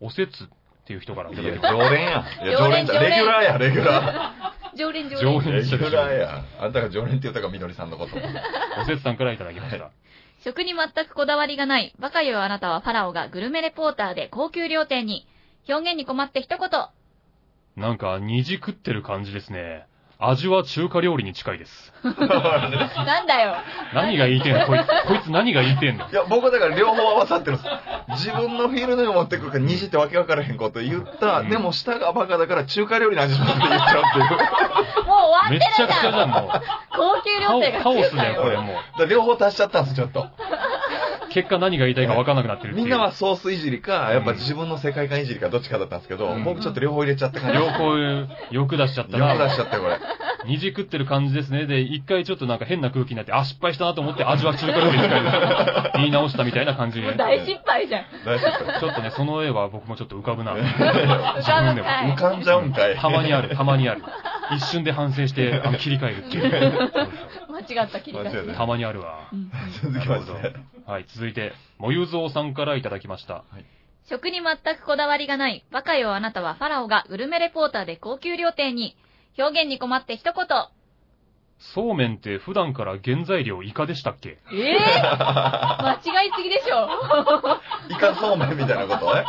Speaker 1: おせつっていう人からい
Speaker 2: い
Speaker 1: た
Speaker 2: や
Speaker 1: だき、まし
Speaker 2: 常
Speaker 1: <laughs>
Speaker 2: 連や。いや、
Speaker 3: 常
Speaker 2: 常
Speaker 3: 連
Speaker 2: 連じゃん。レギュラーや、レギュラ
Speaker 3: 常連常
Speaker 1: 常連
Speaker 3: 連
Speaker 2: ー。レギュラーや。あんたが常連って言ったから、みどりさんのこと。
Speaker 1: た。おせつさんからいただきました。
Speaker 3: 食に全くこだわりがない若よあなたはファラオがグルメレポーターで高級料亭に表現に困って一言。
Speaker 1: なんか、虹食ってる感じですね。味は中華料理に近いです。
Speaker 3: なんだよ。
Speaker 1: 何が言いてんのこいつ、こいつ何が言いてん
Speaker 3: <laughs>
Speaker 1: の
Speaker 2: いや、僕はだから両方合わさってるんです。自分のフィールドに持ってくるから、虹ってわけわからへんこと言った。
Speaker 1: うん
Speaker 2: でも、舌がバカだから、中華料理の味しますって言っちゃうって <laughs> いう。
Speaker 3: もう終わっ
Speaker 1: め
Speaker 3: て
Speaker 1: っちゃ
Speaker 3: る
Speaker 1: く
Speaker 3: じ
Speaker 1: ちゃじ
Speaker 3: ゃ
Speaker 1: ゃ
Speaker 3: ん。
Speaker 1: ん、もう。
Speaker 3: 高級
Speaker 1: カ
Speaker 3: 料
Speaker 1: オ
Speaker 3: 亭が
Speaker 1: カオス
Speaker 3: だ
Speaker 1: だよ、こ
Speaker 3: よ。
Speaker 1: れも
Speaker 2: だから両方足しちゃったんです、ちょっと。
Speaker 1: う。結果何が言いたいか分かんなくなってるってい
Speaker 2: み
Speaker 1: う。
Speaker 2: んなはソースいじりか、やっぱ自分の世界観いじりか、どっちかだったんですけど、
Speaker 1: うん
Speaker 2: 僕ちょっと両方入れちゃった感じ。
Speaker 1: 両方、欲出しちゃった
Speaker 2: 両方出し
Speaker 1: な。
Speaker 2: ちゃったよ、これ。
Speaker 1: 虹食ってる感じですね。で、一回ちょっとなんか変な空気になって、あ、失敗したなと思って、味は中華料理に近いです。
Speaker 2: <laughs>
Speaker 1: 言い直したみたいな感じ
Speaker 3: も
Speaker 1: で
Speaker 3: う。大失敗じゃん。
Speaker 2: 大丈夫。
Speaker 1: ちょっとね、その絵は僕もちょっと浮かぶな。
Speaker 3: 浮かぶか
Speaker 2: 浮
Speaker 3: い。
Speaker 2: かんじゃうんかい。
Speaker 1: たまにある、たまにある。一瞬で反省して、あの、切り替えるっていう。
Speaker 2: <laughs>
Speaker 1: そう
Speaker 3: 間違った切り
Speaker 2: 間違え
Speaker 3: 替
Speaker 2: た
Speaker 1: そう
Speaker 2: ね
Speaker 1: たまにあるわ
Speaker 3: え。う。ん
Speaker 2: <laughs> 続きまし
Speaker 1: な
Speaker 2: て
Speaker 1: る。ほどはい、続いて、もゆぞうさんからいただきました。
Speaker 3: 食に全くこだわりがない若よあなたはファラオがグルメレポーターで高級料亭に表現に困って一言。
Speaker 1: そうめんって普段から原材料イカでしたっけ
Speaker 2: <laughs>
Speaker 3: ええ間違いすぎでしょ。そう
Speaker 2: イカそうめんみたいなことね。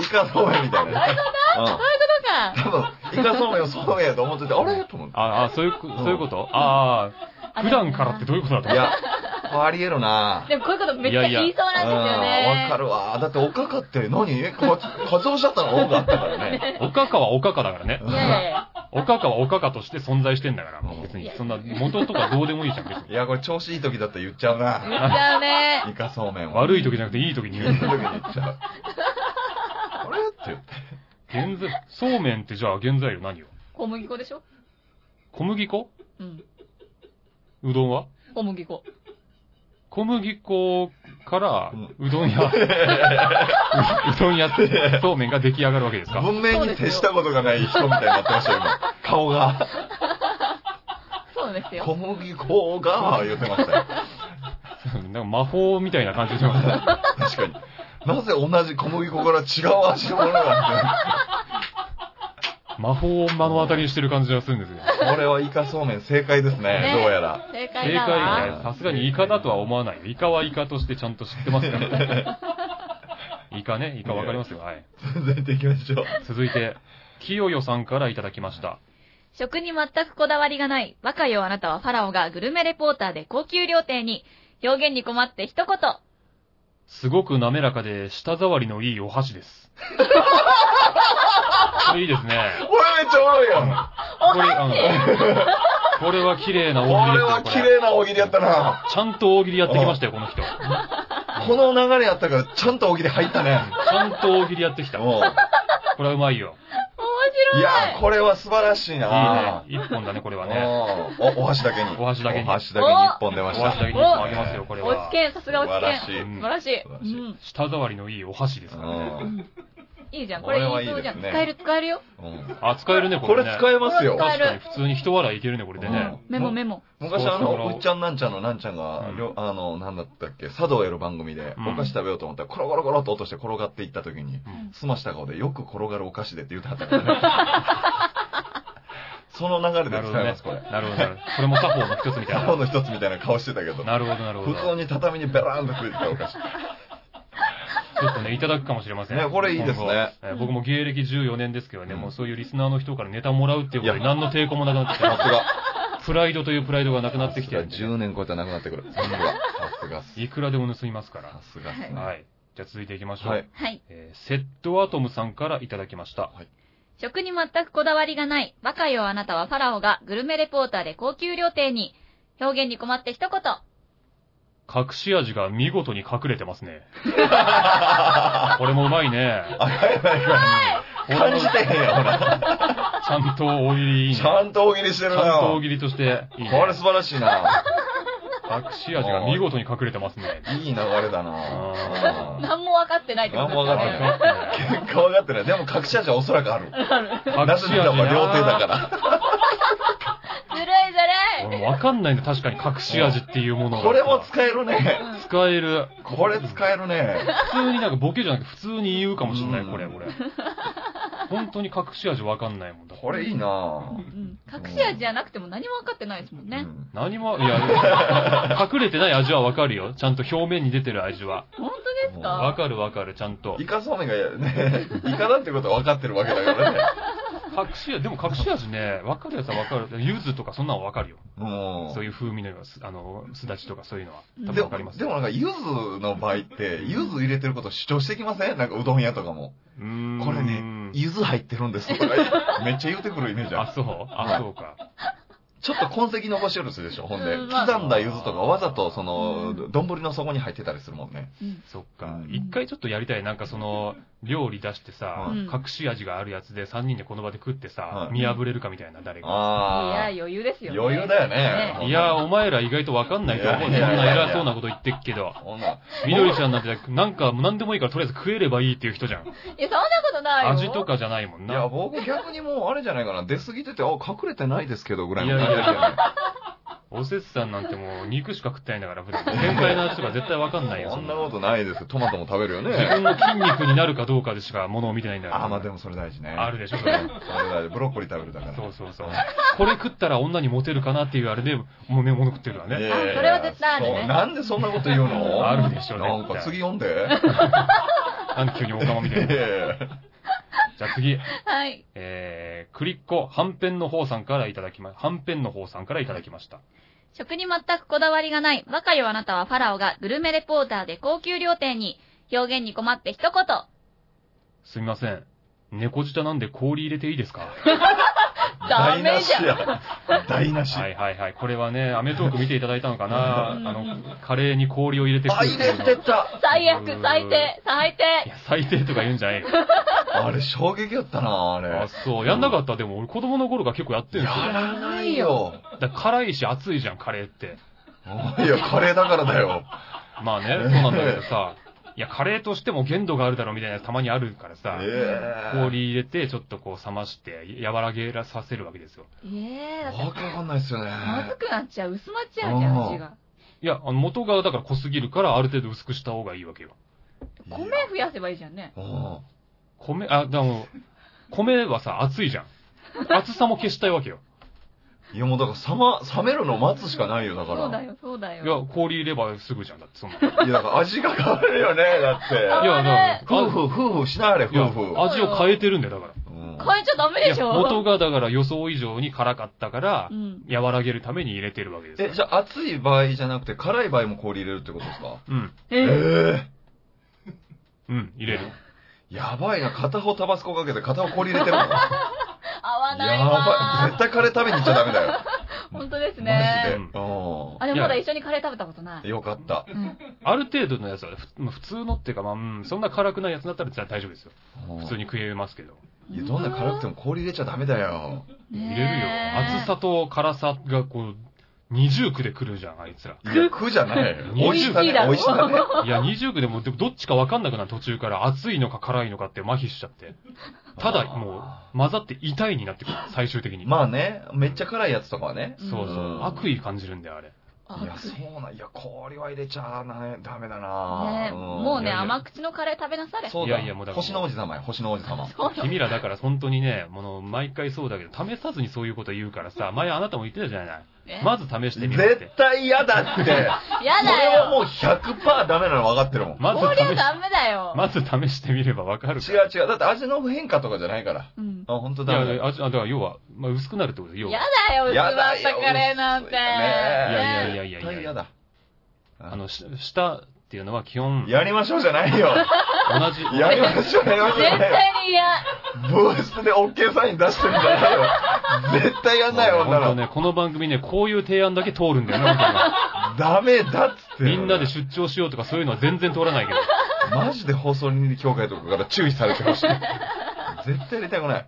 Speaker 2: イカそうめんみたいなね。
Speaker 3: か
Speaker 2: うん。。多分、イカそうめんをそうめんやと思ってて、あれと思って。
Speaker 1: ああ、そういうこ、そういうことああ、普段からってどういうことだと
Speaker 2: い
Speaker 1: 思っ
Speaker 2: や、ありえるな
Speaker 3: でもこういうことめっちゃ言いそうなんですよね。
Speaker 2: うんわかるわ。だって、おかかって何、か、かつおしだったの音があったからね。
Speaker 1: おかかはおかかだからね。
Speaker 3: いやいやいや
Speaker 1: おかかはおかかとして存在してんだから、もう別
Speaker 3: い
Speaker 1: に
Speaker 3: や。
Speaker 1: そんな、元とかどうでもいいじゃん、別
Speaker 2: い
Speaker 1: に。
Speaker 2: や、これ調子いい時だったら言っちゃう
Speaker 3: 言
Speaker 2: な。
Speaker 3: っちゃうね。
Speaker 2: イカそうめんは。
Speaker 1: 悪い
Speaker 2: 時。
Speaker 1: 時じゃなくていい時に言
Speaker 2: 言っ
Speaker 1: う。
Speaker 2: た時に言っちゃう。あれって言って。
Speaker 1: 原材、そうめんってじゃあ原材料何よ
Speaker 3: 小麦粉でしょ
Speaker 1: 小麦粉
Speaker 3: うん。
Speaker 1: うどんは
Speaker 3: 小麦粉。
Speaker 1: 小麦粉から
Speaker 2: うん、
Speaker 1: うどん
Speaker 2: <laughs>
Speaker 1: や、ううどんやって、そうめんが出来上がるわけですか
Speaker 2: 文明に徹したことがない人みたいになってましたよ、今。顔が。
Speaker 3: そうですよ。
Speaker 2: 小麦粉が、言ってましたよ。
Speaker 1: なんか魔法みたいな感じでます。
Speaker 2: 確かに。なぜ同じ小麦粉から違う味のものがあ
Speaker 1: 魔法を目の当たりにしてる感じがするんですよ。
Speaker 2: って。これはイカそうめん正解ですね、
Speaker 3: ね
Speaker 2: どうやら。
Speaker 3: 正解
Speaker 1: 正
Speaker 3: だ
Speaker 1: 解
Speaker 3: わ。
Speaker 1: ね。さすがにイカだとは思わないよ。イカはイカとしてちゃんと知ってます
Speaker 3: <laughs>
Speaker 1: から。イカね、イカわかりますよ。はい。
Speaker 2: 続いていきましょう。
Speaker 1: 続いて、清代さんからいただきました。
Speaker 3: 食に全くこだわりがない若よあなたはファラオがグルメレポーターで高級料亭に表現に困って一言。
Speaker 1: すごく滑らかで舌触りのいいお箸
Speaker 3: <laughs>
Speaker 1: です。これいいですね。
Speaker 2: これめっちゃおもろいよ。
Speaker 1: これ、うんこれは綺麗な
Speaker 2: こ
Speaker 1: 大
Speaker 2: れ
Speaker 1: 喜利
Speaker 2: は
Speaker 1: です
Speaker 2: 綺
Speaker 1: よ、これ。
Speaker 2: 麗な大喜利やったな。
Speaker 1: ちゃんと大喜利やってきましたよ、この人。ち
Speaker 2: この流れやったから、ちゃんと大喜利入ったね。
Speaker 1: ゃんと大喜利やってきた。こ
Speaker 2: も
Speaker 1: れはうまいよ。
Speaker 2: う。い
Speaker 3: 面白い
Speaker 2: や、これは素晴らしい
Speaker 1: いい
Speaker 2: な
Speaker 1: ね。。一本だね、これはね。
Speaker 2: うんおお箸だけに。
Speaker 1: お箸だけに
Speaker 2: お箸だけに一本出
Speaker 1: お
Speaker 2: ました。
Speaker 1: 箸だけに一本あげますよ、これ
Speaker 3: お
Speaker 1: は
Speaker 3: つ。けん、さすがおつけん。素
Speaker 2: 素晴らしい
Speaker 3: 晴らしい。
Speaker 2: 素晴らしい
Speaker 3: うん
Speaker 1: 舌触りのいいお箸ですからね。
Speaker 2: うん
Speaker 3: いいじゃん。これ
Speaker 2: これはいい
Speaker 3: い
Speaker 2: いです
Speaker 3: そ
Speaker 2: ね
Speaker 3: うじゃん。使える、使えるよ。
Speaker 2: うん
Speaker 1: あ、使えるね、こ
Speaker 2: こ
Speaker 1: れ
Speaker 2: れ
Speaker 1: ね。
Speaker 2: 使えますよ
Speaker 3: こ。れ使
Speaker 1: 確
Speaker 3: える
Speaker 1: かに普通に一笑いいけるね、これでね。
Speaker 3: メモメモ。
Speaker 2: 昔
Speaker 1: そう
Speaker 2: あ
Speaker 1: そう
Speaker 2: の、うっちゃんなんちゃんのなんちゃんが、
Speaker 1: うん
Speaker 2: りょあの、なんだったっけ、茶道をやる番組で
Speaker 1: う、ん
Speaker 2: お菓子食べようと思ったら、コロコロコロっと落として転がっていった時に、
Speaker 1: うん
Speaker 2: すました顔で、よく転がるお菓子でって言ってはった
Speaker 1: <laughs>
Speaker 2: からね。その流れで
Speaker 1: なる
Speaker 2: 使
Speaker 1: ほ
Speaker 2: い
Speaker 1: ど
Speaker 2: ま
Speaker 1: ね
Speaker 2: す、これ。。
Speaker 1: なるほど、なるほど。これも作法の一つみたい
Speaker 2: タ
Speaker 1: な。
Speaker 2: コの一つみたいな顔してたけど、
Speaker 1: なるほど、なるほ
Speaker 2: 普
Speaker 1: ど。
Speaker 2: 通に畳にベラーンとついてたお菓子。
Speaker 1: ちょっとね、いただくかもしれません。
Speaker 2: ねこれいいですね
Speaker 1: 今後。えー僕も芸歴14年ですけどね、
Speaker 2: うん
Speaker 1: もうそういうリスナーの人からネタもらうっていうこと
Speaker 2: い
Speaker 1: に
Speaker 2: や
Speaker 1: 何の抵抗もなくなってき
Speaker 2: さ
Speaker 1: た。
Speaker 2: すが。
Speaker 1: プライドというプライドがなくなって
Speaker 2: さ
Speaker 1: き
Speaker 2: す
Speaker 1: て
Speaker 2: が
Speaker 1: るんで
Speaker 2: 10年超えたらなくなってくる。さすが。さすがっす。
Speaker 1: いくらでも盗みますから
Speaker 2: さ。すがっすね。
Speaker 1: はい。じゃあ続いていきましょう。
Speaker 2: はい。
Speaker 3: はい。
Speaker 1: えーセットアトムさんからいただきました。
Speaker 3: 食に全くこだわりがないバカよあなたはファラオがグルメレポーターで高級料亭に表現に困って一言。
Speaker 1: 隠し味が見事に隠れてます <laughs> ね。これもうまいね。
Speaker 2: あ、はいはいは
Speaker 1: こ
Speaker 2: い。
Speaker 1: れ
Speaker 2: 感
Speaker 1: も
Speaker 2: じてへんよ、ほら。
Speaker 1: ちゃんと大喜利いいね。
Speaker 2: ちゃんと大喜利してる
Speaker 1: ちゃん
Speaker 2: な。
Speaker 1: と大喜利としていい、ね。
Speaker 2: これ素晴らしいな。
Speaker 1: 隠し味が見事に隠れてますね。
Speaker 2: いい流れだな。うん
Speaker 3: 何も分かってないってこと
Speaker 2: 何も分かってない
Speaker 3: ね。
Speaker 2: <laughs> 結果分かってない。でも隠し味はおそらくある。な
Speaker 1: 隠
Speaker 2: ぜ
Speaker 1: し味。
Speaker 2: ならば料亭だからら。
Speaker 3: ずるいずるい
Speaker 1: 俺もわかんないんだ、確かに隠し味っていうものが。
Speaker 2: これも使えるね。
Speaker 1: 使える。
Speaker 2: これ使えるね。
Speaker 1: 普通になんかボケじゃなくて普通に言うかもしんな
Speaker 2: う
Speaker 1: い、
Speaker 2: ん
Speaker 1: これ、これ。本当に隠し味わかんないもんだ。
Speaker 2: これいいな
Speaker 3: うん隠し味じゃなくても何も分かってないですもん
Speaker 2: う
Speaker 3: ね。
Speaker 2: ん
Speaker 1: 何も、いや、隠れてない味はわかるよ。ちゃんと表面に出てる味は。
Speaker 3: 本当です
Speaker 1: わ
Speaker 3: か
Speaker 1: かるわかる、ちゃんと。
Speaker 2: イカそうめんがね、イカだってことは分かってるわけだからね。
Speaker 1: 隠し味、でも隠し味ね、わかるやつはわかる。柚子とかそんなのわかるよ。
Speaker 2: うん
Speaker 1: そういう風味のようなす、あの、すだちとかそういうのは。多分
Speaker 2: で
Speaker 1: わ
Speaker 2: も
Speaker 1: かります
Speaker 2: でもなんか、柚子の場合って、柚子入れてること主張してきませんなんか、うどん屋とかも。
Speaker 1: うーん
Speaker 2: これね、柚子入ってるんですとか言って、めっちゃ言うてくるイメージある
Speaker 1: あ、。そうあ、そうか。
Speaker 2: ちょっと痕跡残してるでしょ、ほんで。
Speaker 3: うんまあ
Speaker 2: 刻んだ柚子とかわざと、その
Speaker 3: う、ん
Speaker 2: 丼の底に入ってたりするもんね。
Speaker 3: うん
Speaker 1: そっか
Speaker 2: う。ん
Speaker 1: 一回ちょっとやりたい。なんかその、料理出してさ、
Speaker 3: うん
Speaker 1: 隠し味があるやつで3人でこの場で食ってさ
Speaker 2: は、い
Speaker 1: 見破れるかみたいな、誰が。
Speaker 3: いや、
Speaker 2: ああ。
Speaker 3: 余裕ですよね。
Speaker 2: 余裕だよね。
Speaker 1: いやー、お前ら意外とわかんないと思う。そん
Speaker 2: いやいやいや
Speaker 1: な偉そうなこと言ってっけど。
Speaker 2: ほんな
Speaker 1: みどりちゃんなんて、なんか、なんでもいいからとりあえず食えればいいっていう人じゃん。
Speaker 3: いや、そんなことないよ。
Speaker 1: 味と。かじゃないもん
Speaker 2: いや、
Speaker 1: な。
Speaker 2: 僕逆にもう、あれじゃないかな、出過ぎてて、あ、隠れてないですけど、ぐらいの
Speaker 1: いやいやいや
Speaker 2: 感じだよね <laughs>
Speaker 1: おせつさんなんてもう肉しか食ってないんだから、
Speaker 2: <laughs>
Speaker 1: 全体の味とか絶対わかんないよ。
Speaker 2: そんな
Speaker 1: の
Speaker 2: ことないですよ。トマトも食べるよ
Speaker 1: 自分
Speaker 2: ね。
Speaker 1: の筋肉になるかどうかでしか物を見てないんだから。
Speaker 2: あー、まあでもそれ大事ね。
Speaker 1: あるでしょ、そ
Speaker 2: それ
Speaker 1: れ
Speaker 2: 大。事。ブロッコリー食べるだから。
Speaker 1: そうそうそう。これ食ったら女にモテるかなっていうあれで、もうね、物食ってるから
Speaker 2: い
Speaker 1: ね。
Speaker 2: やいやいや
Speaker 3: あそれは絶対あるね
Speaker 2: そうなんでそんなこと言うの
Speaker 1: あるでしょうね
Speaker 2: なんか次読んで。
Speaker 1: なんで急にオカマみたいな。じゃあ次、
Speaker 3: はい。
Speaker 1: えー、クリッコ、はんぺんの方さんからいただきま、はんぺんの方さんからいただきました。
Speaker 3: 食に全くこだわりがない若よあなたはファラオがグルメレポーターで高級料亭に、表現に困って一言。
Speaker 1: すみません。猫舌なんで氷入れていいですか
Speaker 3: ダメじゃん。
Speaker 2: ゃん。台無し。
Speaker 1: はいはいはい。これはね、アメトーク見ていただいたのかな
Speaker 3: うん
Speaker 1: あの、カレーに氷を入れて
Speaker 2: あ、
Speaker 1: 食うっ
Speaker 2: 入
Speaker 1: ていう
Speaker 2: れ
Speaker 1: の
Speaker 2: てた。
Speaker 3: 最悪、最低、最
Speaker 1: い
Speaker 3: 低。
Speaker 1: や、最低とか言うんじゃないよ。
Speaker 2: あれ、衝撃やったな、あ
Speaker 1: あ
Speaker 2: れ。、
Speaker 1: そう。やんなかった。でも俺子供の頃から結構やってるん
Speaker 2: や
Speaker 1: ですよ。
Speaker 2: らないよ。
Speaker 1: だから辛いし熱いじゃん、カレーって。
Speaker 2: いや、カレーだからだよ。
Speaker 1: まあね、そうなんだけどさ。いや、カレーとしても限度があるだろうみたいなやつたまにあるからさ。
Speaker 2: ええ。
Speaker 1: 氷入れて、ちょっとこう冷まして、和らげらさせるわけですよ。
Speaker 3: ええだって
Speaker 2: わけわかんないっすよね。
Speaker 3: まずくなっちゃう、薄まっちゃうじゃ
Speaker 2: あ
Speaker 3: ん、
Speaker 2: ー
Speaker 3: 味が。
Speaker 1: いや、あの元がだから濃すぎるから、ある程度薄くした方がいいわけよ。
Speaker 3: 米増やせばいいじゃんね。
Speaker 2: うん
Speaker 1: 米、あ、でも、米はさ、熱いじゃん。熱さも消したいわけよ。
Speaker 2: いや、もうだから、冷ま、冷めるのを待つしかないよ、だから。
Speaker 3: そうだよ、そうだ
Speaker 1: い
Speaker 3: よ。
Speaker 1: や、氷入ればすぐじゃん。だって、
Speaker 3: <laughs>
Speaker 1: そんな。い
Speaker 2: いや、だから味が変わるよね、だって。
Speaker 1: や、だから
Speaker 2: 夫婦、夫婦しなあれ、
Speaker 1: いや
Speaker 2: 夫婦。
Speaker 1: 味を変えてるんだよ、だか
Speaker 2: うん
Speaker 3: 変えちゃダ
Speaker 1: ら。
Speaker 3: メ
Speaker 1: い
Speaker 3: で
Speaker 1: や、
Speaker 3: しょ。
Speaker 1: 元がだから予想以上に辛かったから
Speaker 3: う、ん。
Speaker 1: 和らげるために入れてるわけですよ
Speaker 2: え、じゃあ、熱い場合じゃなくて、辛い場合も氷入れるってことですか
Speaker 1: うん。
Speaker 2: え
Speaker 3: え
Speaker 1: うん、入れる。
Speaker 2: えやばいな、片方タバスコかけて、片方氷入れて
Speaker 3: <laughs>
Speaker 2: るの。や
Speaker 3: 合わない
Speaker 2: ばい。
Speaker 3: わ
Speaker 2: 絶対カレー食べに行っちゃダメだよ。
Speaker 3: ー。本当で
Speaker 2: マ
Speaker 3: す
Speaker 2: ジで。
Speaker 3: <laughs> ね。
Speaker 2: うん
Speaker 3: あ、でもまだ一緒にカレー食べたことない。
Speaker 2: よかった。
Speaker 3: うん
Speaker 1: ある程度のやつは、ふまあ普通のっていうか、まあ、うん、そんな辛くないやつだったらじゃあ大丈夫ですよ。普通に食えますけど。
Speaker 2: いや、どんな辛くても氷入れちゃダメだよ。
Speaker 1: 入
Speaker 3: ね
Speaker 1: れるよ。
Speaker 3: え
Speaker 1: 厚さと辛さがこう、二重苦で来るじゃん、あいつ
Speaker 3: <laughs>
Speaker 1: ら。
Speaker 2: いや、苦じゃない。美味しさね、
Speaker 3: 美
Speaker 2: 美
Speaker 3: 味
Speaker 2: 味
Speaker 3: し
Speaker 2: し
Speaker 3: いだ
Speaker 2: さ
Speaker 3: ろ <laughs>
Speaker 2: ね。
Speaker 1: いや、二重苦でも、でもどっちかわかんなくなる途中から、熱いのか辛いのかって麻痺しちゃって。ただ、もう、混ざって痛いになってくる、最終的に。
Speaker 2: まあね、めっちゃ辛いやつとかはね。
Speaker 1: そうそうう。
Speaker 2: ん
Speaker 1: 悪意感じるんだよ、あれ。
Speaker 2: いや、そうなん、いや、氷は入れちゃなダメだな
Speaker 3: ね
Speaker 2: うん
Speaker 3: もう
Speaker 1: い
Speaker 3: ね、
Speaker 1: やいや
Speaker 3: 甘口のカレー食べなされ。
Speaker 2: そう
Speaker 1: い
Speaker 2: だ。
Speaker 1: やいやもうだから
Speaker 2: 星の王子様よ、星の王子様。
Speaker 3: <laughs> そう
Speaker 1: 君らだから本当にね、もの、毎回そうだけど、試さずにそういうこと言うからさ、前あなたも言ってたじゃない。
Speaker 3: ね
Speaker 1: まず試してみるっ
Speaker 2: 絶
Speaker 1: て。
Speaker 2: 対嫌だ
Speaker 3: <laughs>
Speaker 2: って。
Speaker 3: や
Speaker 2: そ
Speaker 3: だ
Speaker 2: れは
Speaker 3: よ。
Speaker 2: もう100%ダメなの分かってるもん。
Speaker 1: まず
Speaker 3: こりゃ
Speaker 1: 試し、
Speaker 3: ダメだよ。
Speaker 1: まず試してみればわかるか
Speaker 2: 違
Speaker 1: ら。
Speaker 2: う違う。だって味の変化とかじゃないから。
Speaker 3: うん。
Speaker 2: あ、本当
Speaker 1: い
Speaker 2: ダ
Speaker 1: や、
Speaker 2: メだよ。
Speaker 1: あ、あだから要は、まあ、薄くなるってことよ。要
Speaker 3: や
Speaker 1: は
Speaker 3: だよ、薄
Speaker 2: や
Speaker 3: ま
Speaker 2: だ
Speaker 3: っ
Speaker 2: よ
Speaker 3: たカレーなんて。
Speaker 1: い
Speaker 2: ね
Speaker 1: やいやいやい
Speaker 2: 絶
Speaker 1: や
Speaker 2: 対
Speaker 1: いや
Speaker 2: 嫌。だ。
Speaker 1: あの、し舌っていうのは基本、同
Speaker 2: やりましょうじゃないよ。
Speaker 3: <laughs>
Speaker 1: じ、
Speaker 2: やりましょう、やりましょう
Speaker 3: 絶
Speaker 2: じゃないよ。
Speaker 3: 対に嫌。
Speaker 2: ブースで OK サイン出してるんじゃないよ。絶対やんないよ、女
Speaker 1: 本当
Speaker 2: の子。
Speaker 1: ね、この番組ね、こういう提案だけ通るんだよな、みたい
Speaker 2: <laughs>
Speaker 1: な。
Speaker 2: ダメだっつってんの
Speaker 1: みんなで出張しようとかそういうのは全然通らないけど。
Speaker 2: マジで放送倫理協会とかから注意されてほしい。絶対やりたくない。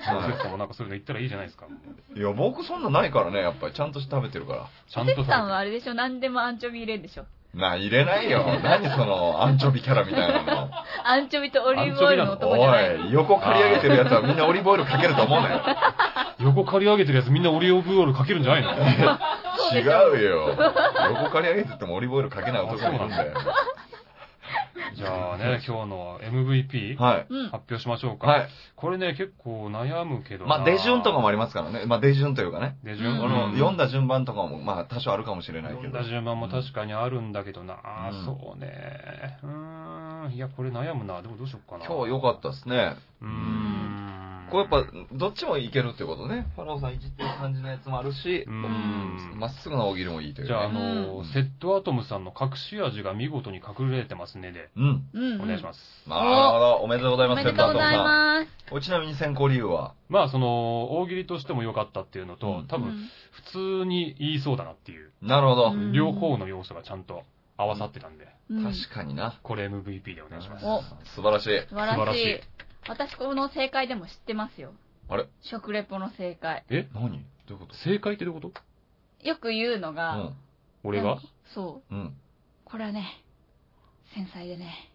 Speaker 1: そう
Speaker 2: は
Speaker 1: もなんかそういうの言ったらいいじゃないですか。
Speaker 2: い、いや、僕そんなないからね、やっぱり。ちゃんとして食べてるから。
Speaker 1: ちゃんと
Speaker 3: て
Speaker 1: 食
Speaker 3: つ
Speaker 1: べ
Speaker 3: さんは
Speaker 1: て。
Speaker 3: あれでしょ、何でもアンチョビ入れるんでしょ。
Speaker 2: な、入れないよ。何その、アンチョビキャラみたいな
Speaker 3: アンチョビとオリーブオイルの
Speaker 2: の。
Speaker 3: 男じゃない。
Speaker 2: おい、横刈り上げてるやつはみんなオリーブオイルかけると思うなよ。
Speaker 1: 横刈り上げてるやつみんなオリオブオールかけるんじゃない
Speaker 3: <laughs>
Speaker 1: の
Speaker 2: 違うよ。横刈り上げててもオリーブオイルかけない男もいるんだよ。
Speaker 1: じゃあね、今日の MVP 発
Speaker 2: はい。
Speaker 3: うん。
Speaker 1: 表しましょうか。
Speaker 2: はい。
Speaker 1: これね、結構悩むけどな。
Speaker 2: まあ、出順とかもありますからね。まあ、出順というかね。
Speaker 1: 出
Speaker 3: う
Speaker 1: 順
Speaker 3: ん
Speaker 2: この、読んだ順番とかも、まあ、多少あるかもしれないけ
Speaker 1: 読ん
Speaker 2: ど。
Speaker 1: だ順番も確かにあるんだけどな、あ
Speaker 2: う
Speaker 1: ー
Speaker 2: ん
Speaker 1: そうね。うーん。いや、これ悩むな。でもどうしようかな。
Speaker 2: 今日良かったですね。
Speaker 1: うーん。
Speaker 2: こうやっぱ、どっちもいけるってことね。ファラオさんいじってる感じのやつもあるし、
Speaker 1: うん
Speaker 2: まっすぐな大喜利もいいという
Speaker 1: じゃあ、あ
Speaker 2: か、ね。
Speaker 1: の
Speaker 2: うん
Speaker 1: セットアトムさんの隠し味が見事に隠れてますねで、
Speaker 2: うん。
Speaker 3: うん、。
Speaker 1: お願いしますす。
Speaker 2: まあ、なるほど。おめでとうござい
Speaker 3: お
Speaker 2: ます、
Speaker 3: めでとうござい
Speaker 2: セットアッ
Speaker 3: ます。
Speaker 2: プさんおちなみに選考理由は
Speaker 1: まあ、その、大喜利としても良かったっていうのと、多
Speaker 3: う
Speaker 1: 分、
Speaker 3: ん
Speaker 1: 普通に言いそうだなっていう、
Speaker 2: なるほど
Speaker 3: う。ん
Speaker 1: 両方の要素がちゃんと合わさってたんで、
Speaker 3: うん
Speaker 2: 確かにな。
Speaker 1: これ MVP でお願いします。
Speaker 3: お
Speaker 2: 素晴らしい。
Speaker 3: 素晴らしい
Speaker 1: 素晴らしい
Speaker 3: 私この正解でも知ってますよ
Speaker 2: あれ
Speaker 3: 食レポの正解
Speaker 2: 何どういうこと
Speaker 1: 正解ってどういうこと
Speaker 3: よく言うのが、
Speaker 1: 俺が
Speaker 3: 何そう
Speaker 2: うん。うん。
Speaker 3: これはね繊細でね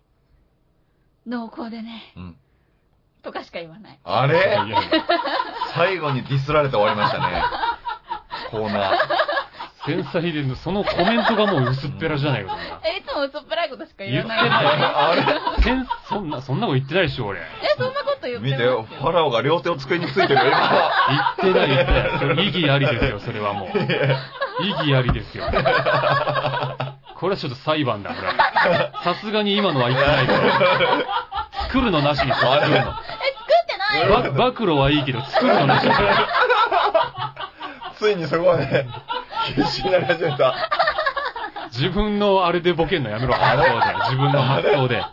Speaker 3: 濃厚でね
Speaker 2: うん。
Speaker 3: とかしか言わない
Speaker 2: あ
Speaker 1: いや
Speaker 2: れ
Speaker 1: いや
Speaker 2: 最後にディスられて終わりましたね。コーナ
Speaker 1: 繊細で、そのコメントがもう薄っぺらじゃないかな。
Speaker 3: えいつも嘘っぺらいことしか
Speaker 1: 言っ
Speaker 3: 言わ
Speaker 1: て
Speaker 3: ない
Speaker 1: ない
Speaker 2: ー。あ
Speaker 1: せんそんな、そんなこと言ってないでしょ、俺。言
Speaker 3: えそんなこと言
Speaker 2: れ
Speaker 3: って
Speaker 2: 見
Speaker 3: ます
Speaker 2: てよ、ファ
Speaker 3: よ
Speaker 2: ラオが両手を机についてるよ、今。
Speaker 1: ってない、言ってないそれ。意義ありですよ、それはもう。意義ありですよ。これはちょっと裁判だ、これ。さすがに今のは言ってないから。作るのなしにするの。
Speaker 3: え作ってない
Speaker 1: ば、暴
Speaker 2: <laughs>
Speaker 1: 露はいいけど、作るのなしにする。
Speaker 2: ついにそこはね、必死になり始めた。
Speaker 1: 自分のあれでボケんのやめろ、発想で。自分の発想で。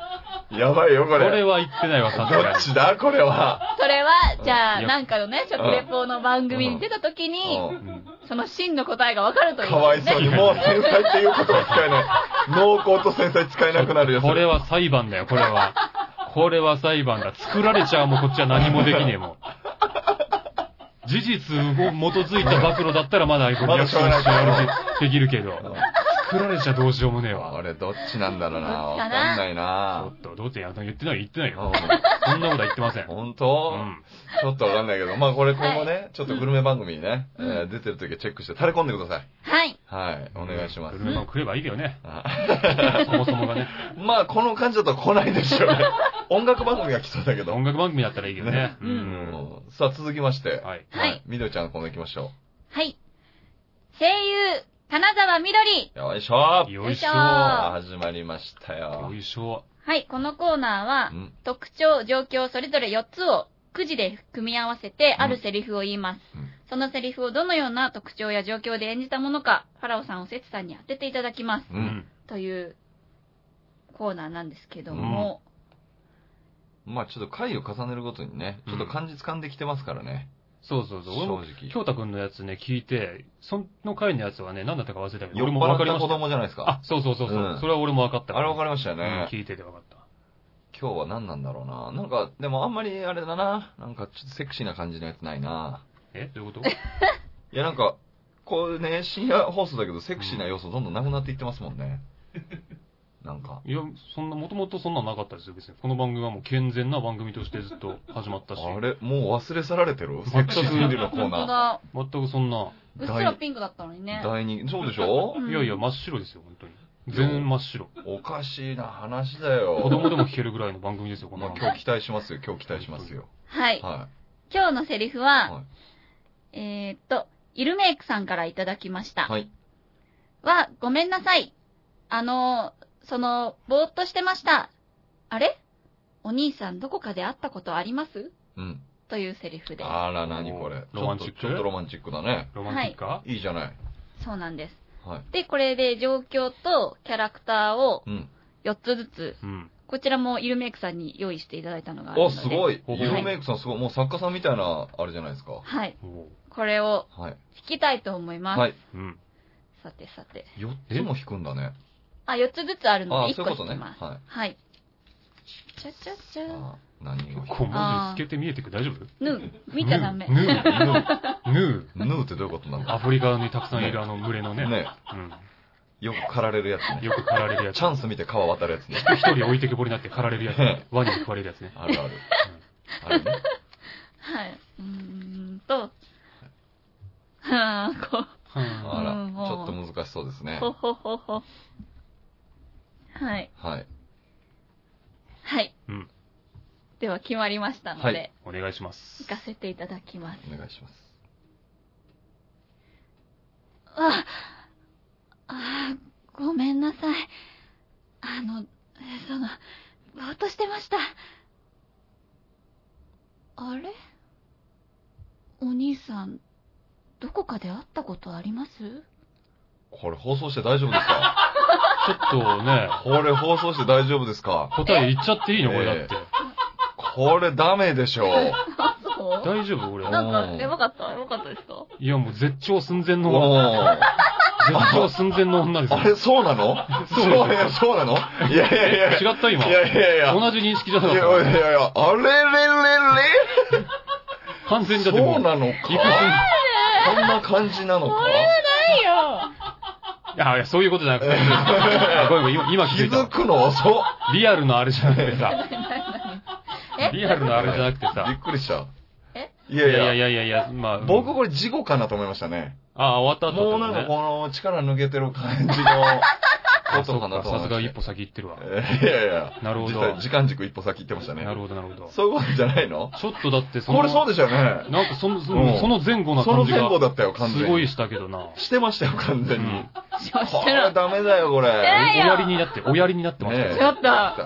Speaker 2: やばいよ、こ
Speaker 1: こ
Speaker 2: れ。
Speaker 1: れは言ってないわ、さす
Speaker 2: ど
Speaker 1: が
Speaker 2: っ
Speaker 1: に。
Speaker 2: ちだこれは。
Speaker 3: それは、じゃあ、
Speaker 1: いや
Speaker 3: なんかのね、食レポの番組に出た時
Speaker 2: う
Speaker 3: に、
Speaker 2: ん
Speaker 1: うん
Speaker 3: その真の答えがわかるという、ね。
Speaker 2: かわいそうに、もう繊細っていう言葉使えない。濃厚と繊細使えなくなるよ、
Speaker 1: これ
Speaker 2: は。
Speaker 1: は裁判だよ、これは。これは裁判だ。作られちゃうもうこっちは何もできねえもん。事実を基づいた暴露だったらまだアイコン
Speaker 2: まだしょうがない
Speaker 1: できるけど、作られちゃどうしようもねえわ。
Speaker 2: あれ、どっちなんだろうな。
Speaker 3: どっ
Speaker 2: わ
Speaker 3: ちか
Speaker 2: かん
Speaker 3: な
Speaker 2: ない
Speaker 1: ちょ
Speaker 2: な
Speaker 1: っ。と、どうってや言ってない、言ってないよ。
Speaker 2: う
Speaker 1: そんなことは言ってません。
Speaker 2: ん
Speaker 1: う
Speaker 2: 本当、
Speaker 1: ん。
Speaker 2: ちょっとわかんないけど、まあこれ今後ね、ちょっとグルメ番組にね、
Speaker 3: うん
Speaker 2: えー出てる時はチェックして垂れ込んでください。
Speaker 3: はい。
Speaker 2: はい、お願いします
Speaker 1: グ。ルメマン食ればいいよ
Speaker 2: <laughs>
Speaker 1: ね。
Speaker 2: あ
Speaker 1: そもそもがね。
Speaker 2: まあこの感じだと来ないでしょう
Speaker 3: <laughs>
Speaker 2: ね。音楽番組が来そうだけど
Speaker 1: 音。楽番組だったらいいけどね
Speaker 2: ね。
Speaker 1: う。
Speaker 2: うんんさあ続きまして。
Speaker 1: はい。
Speaker 3: はい
Speaker 2: みどりちゃんのコーナー行きましょ
Speaker 3: はい。声優、金沢みどり。
Speaker 2: う。よいしょ
Speaker 1: よい
Speaker 2: さ
Speaker 1: しょ。
Speaker 3: よいしょ
Speaker 2: あ始まりましたよ
Speaker 1: よ。いしょ。
Speaker 3: はい、このコーナーは
Speaker 2: う、ん
Speaker 3: 特徴、状況、それぞれ4つをくじで組み合わせて、
Speaker 2: うん
Speaker 3: あるセリフを言います。
Speaker 2: うん
Speaker 3: そのセリフをどのような特徴や状況で演じたものか、ファラオさんをセツさんに当てていただきます。
Speaker 2: う。
Speaker 1: うんん。
Speaker 3: というコーナーなんですけども、
Speaker 2: まあちょっと回を重ねるごとにね、
Speaker 1: う
Speaker 2: ち
Speaker 1: ん
Speaker 2: ょっと漢字掴んできてますからね。
Speaker 1: そうそうそう。俺も
Speaker 2: 正直。
Speaker 1: 京太くんのやつね、聞いて、その回のやつはね、何だったか忘れたけど、
Speaker 2: 酔っ
Speaker 1: 俺も分かり
Speaker 2: 払っ
Speaker 1: ま
Speaker 2: た
Speaker 1: し
Speaker 2: 子
Speaker 1: た。
Speaker 2: 供じゃないですか。
Speaker 1: あ、そうそうそうそう、
Speaker 2: うん
Speaker 1: それは俺も分かった
Speaker 2: あれ分か
Speaker 1: り
Speaker 2: りましたよね。
Speaker 1: 聞いてて分かった。
Speaker 2: 今日は何なんだろうな。なんか、でもあんまりあれだな。なんかちょっとセクシーな感じのやつないな。
Speaker 1: えどういうこと <laughs>
Speaker 2: いやなんか、こうね、深夜放送だけどセクシーな要素どんどんなくなっていってますもんね。なんか。
Speaker 1: いや、そんな、もともとそんなのなかったですよ、別に。この番組はもう健全な番組としてずっと始まったし。
Speaker 2: あれもう忘れ去られてるセ
Speaker 1: 全
Speaker 2: ク
Speaker 1: く
Speaker 2: シーすぎるのコー
Speaker 3: 本当
Speaker 2: ナ
Speaker 3: だ。
Speaker 1: 全くそんな。
Speaker 3: うっすらピンクだったのにね
Speaker 2: ー。。第2、そうでしょ
Speaker 3: うん
Speaker 1: いやいや、真っ白ですよ、本当に。全真っ白。
Speaker 2: おかしいな話だ
Speaker 1: 子
Speaker 2: よ。
Speaker 1: 供でも聞けるぐらいの番組ですよ、こんな
Speaker 2: まあ
Speaker 1: の。
Speaker 2: 今日期待しますよ、今日期待しますよ。
Speaker 3: はい。
Speaker 2: は
Speaker 3: 今日のセリフ
Speaker 2: い。
Speaker 3: は、
Speaker 2: は
Speaker 3: えー、っと、イルメイクさんからいただきました。
Speaker 2: い。はい。
Speaker 3: は、ごめんなさい。あの、その、ぼーっとしてました。あれお兄さんどこかで会ったことあります
Speaker 2: うん。
Speaker 3: というセリフで。
Speaker 2: あら、何これ。
Speaker 1: ロマンチック
Speaker 2: ちょっとちょっとロマンチックだね。
Speaker 1: ロマンティックか、
Speaker 2: いいじゃない。
Speaker 3: そうなんです。
Speaker 2: はい。
Speaker 3: で、これで状況とキャラクターを
Speaker 2: うん。
Speaker 3: 4つずつ、
Speaker 1: うん。
Speaker 3: こちらもイルメイクさんに用意していただいたのがあるの
Speaker 2: お、
Speaker 3: で。
Speaker 2: すごい。
Speaker 1: ほほ
Speaker 2: ユーメイクさんすごい。もう作家さんみたいな、あれじゃないですか。
Speaker 3: はい。
Speaker 1: おう
Speaker 3: これを
Speaker 2: はい。
Speaker 3: 引きたいと思います。
Speaker 2: はい。
Speaker 1: うん。
Speaker 3: さてさて。
Speaker 2: 4つも引くんだね。
Speaker 3: あ、4つずつあるの
Speaker 2: あ
Speaker 3: で
Speaker 2: あ、
Speaker 3: 1
Speaker 2: そう
Speaker 3: 個
Speaker 2: いう
Speaker 3: 引
Speaker 2: こと
Speaker 3: き
Speaker 2: ね。
Speaker 3: ます。
Speaker 2: は
Speaker 3: はい。ちゃちゃち
Speaker 2: い。
Speaker 3: ゃ。
Speaker 2: あー何
Speaker 1: 結
Speaker 2: を引
Speaker 1: 構
Speaker 2: く
Speaker 1: 文字透けて見えてくる大丈夫
Speaker 3: ぬ、見ちゃダメ。
Speaker 1: ヌー。
Speaker 3: <laughs>
Speaker 1: ヌー。
Speaker 2: ヌーってどういうことなん
Speaker 1: ア
Speaker 2: だ
Speaker 1: フリカにたくさんいるあの群れのね。
Speaker 2: ね。
Speaker 1: う
Speaker 2: よく狩られるやつ
Speaker 1: ん。
Speaker 2: ね。
Speaker 1: よく狩られるやつ。
Speaker 2: チャンス見て川渡るやつね。
Speaker 1: 一人置いてけぼりになって狩られるやつね。ワニに食われるやつね。
Speaker 2: あるある。あるね。
Speaker 3: はい。うーんと、はぁ、こ
Speaker 1: は
Speaker 2: あら、
Speaker 3: うんもう
Speaker 2: ちょっと難しそうです
Speaker 3: う、
Speaker 2: ね。
Speaker 3: ほほほほ。はい。
Speaker 2: はい。
Speaker 3: はい。
Speaker 1: いうん。
Speaker 3: では決まりましたので、
Speaker 2: はい
Speaker 1: お願いします
Speaker 3: 行。かせていただきます。
Speaker 2: お願いします。
Speaker 3: あ、あー、ごめんなさい。あの、その、ぼーっとしてました。あれお兄さん、どこかで会ったことあります
Speaker 2: これ放送して大丈夫ですか
Speaker 1: ちょっとね、
Speaker 2: これ放送して大丈夫ですか
Speaker 1: 答え言っちゃっていいのこれだって。
Speaker 2: これダメでしょう。
Speaker 3: あ、そう
Speaker 1: 大丈夫俺。
Speaker 3: なんか、やばかったやばかったですか
Speaker 1: いやもう絶頂寸前
Speaker 2: お
Speaker 1: の、
Speaker 2: ー
Speaker 1: 絶頂寸前の女です
Speaker 2: <laughs> あれ、
Speaker 1: よ。
Speaker 2: そうなの
Speaker 1: そう
Speaker 2: そういやそうなのいやいやいや。い
Speaker 1: 違った今。
Speaker 2: やいやいやいや。
Speaker 1: 同じ認識じゃないか
Speaker 2: や
Speaker 1: っ
Speaker 2: いやいや、あれれ
Speaker 1: た。完全にだ
Speaker 2: れ
Speaker 1: って
Speaker 2: れ
Speaker 1: も。
Speaker 2: そううなの
Speaker 1: いくつ
Speaker 2: かこんな感じなのか
Speaker 3: ないよ
Speaker 1: あ、いや、そういうことじゃな
Speaker 2: <laughs>
Speaker 1: くて。あごめんごめん、今今気
Speaker 2: 気
Speaker 1: づいた
Speaker 2: づ。くの遅っ
Speaker 1: リアルのあれじゃなくてさ。
Speaker 3: <laughs> え
Speaker 1: リアルのあれじゃなくて
Speaker 2: びっ
Speaker 1: さ。
Speaker 2: くりした。
Speaker 3: え
Speaker 2: い
Speaker 1: いや
Speaker 2: や
Speaker 1: い
Speaker 2: いや
Speaker 1: やいやいやいや、まあ。うん
Speaker 2: 僕これ事故かなと思いましたね。
Speaker 1: あ、終わった後
Speaker 2: もう
Speaker 1: だ
Speaker 2: なん
Speaker 1: ね
Speaker 2: かこの力抜けてる感じの
Speaker 1: あ
Speaker 2: ことかなと
Speaker 1: そっ
Speaker 2: 思
Speaker 1: さ
Speaker 2: い
Speaker 1: す
Speaker 2: ま
Speaker 1: が
Speaker 2: し
Speaker 1: 一
Speaker 2: た
Speaker 1: 歩先行ってるわ。
Speaker 2: えーいやいや。
Speaker 1: なるほど
Speaker 2: 実際時間軸一歩先行ってましたね。
Speaker 1: なるほど、なるほど。
Speaker 2: そういうことじゃないの
Speaker 1: ちょっとだってその、
Speaker 2: これそうでしたよね。
Speaker 1: なんかその、そ
Speaker 2: うん
Speaker 1: のその前後な
Speaker 2: その
Speaker 1: 感じ
Speaker 2: 前
Speaker 1: が
Speaker 2: 後、だったよ、完全
Speaker 1: す
Speaker 2: に。
Speaker 1: ごいしたけどな。
Speaker 2: してましたよ、完全に。
Speaker 1: うん
Speaker 3: しま
Speaker 2: こ
Speaker 3: した
Speaker 2: れ
Speaker 3: ら。
Speaker 2: ダメだよ、こ
Speaker 1: お
Speaker 2: れ。
Speaker 3: えいや
Speaker 1: やりになって、おやりになってましたよ
Speaker 2: ね
Speaker 3: ちょっ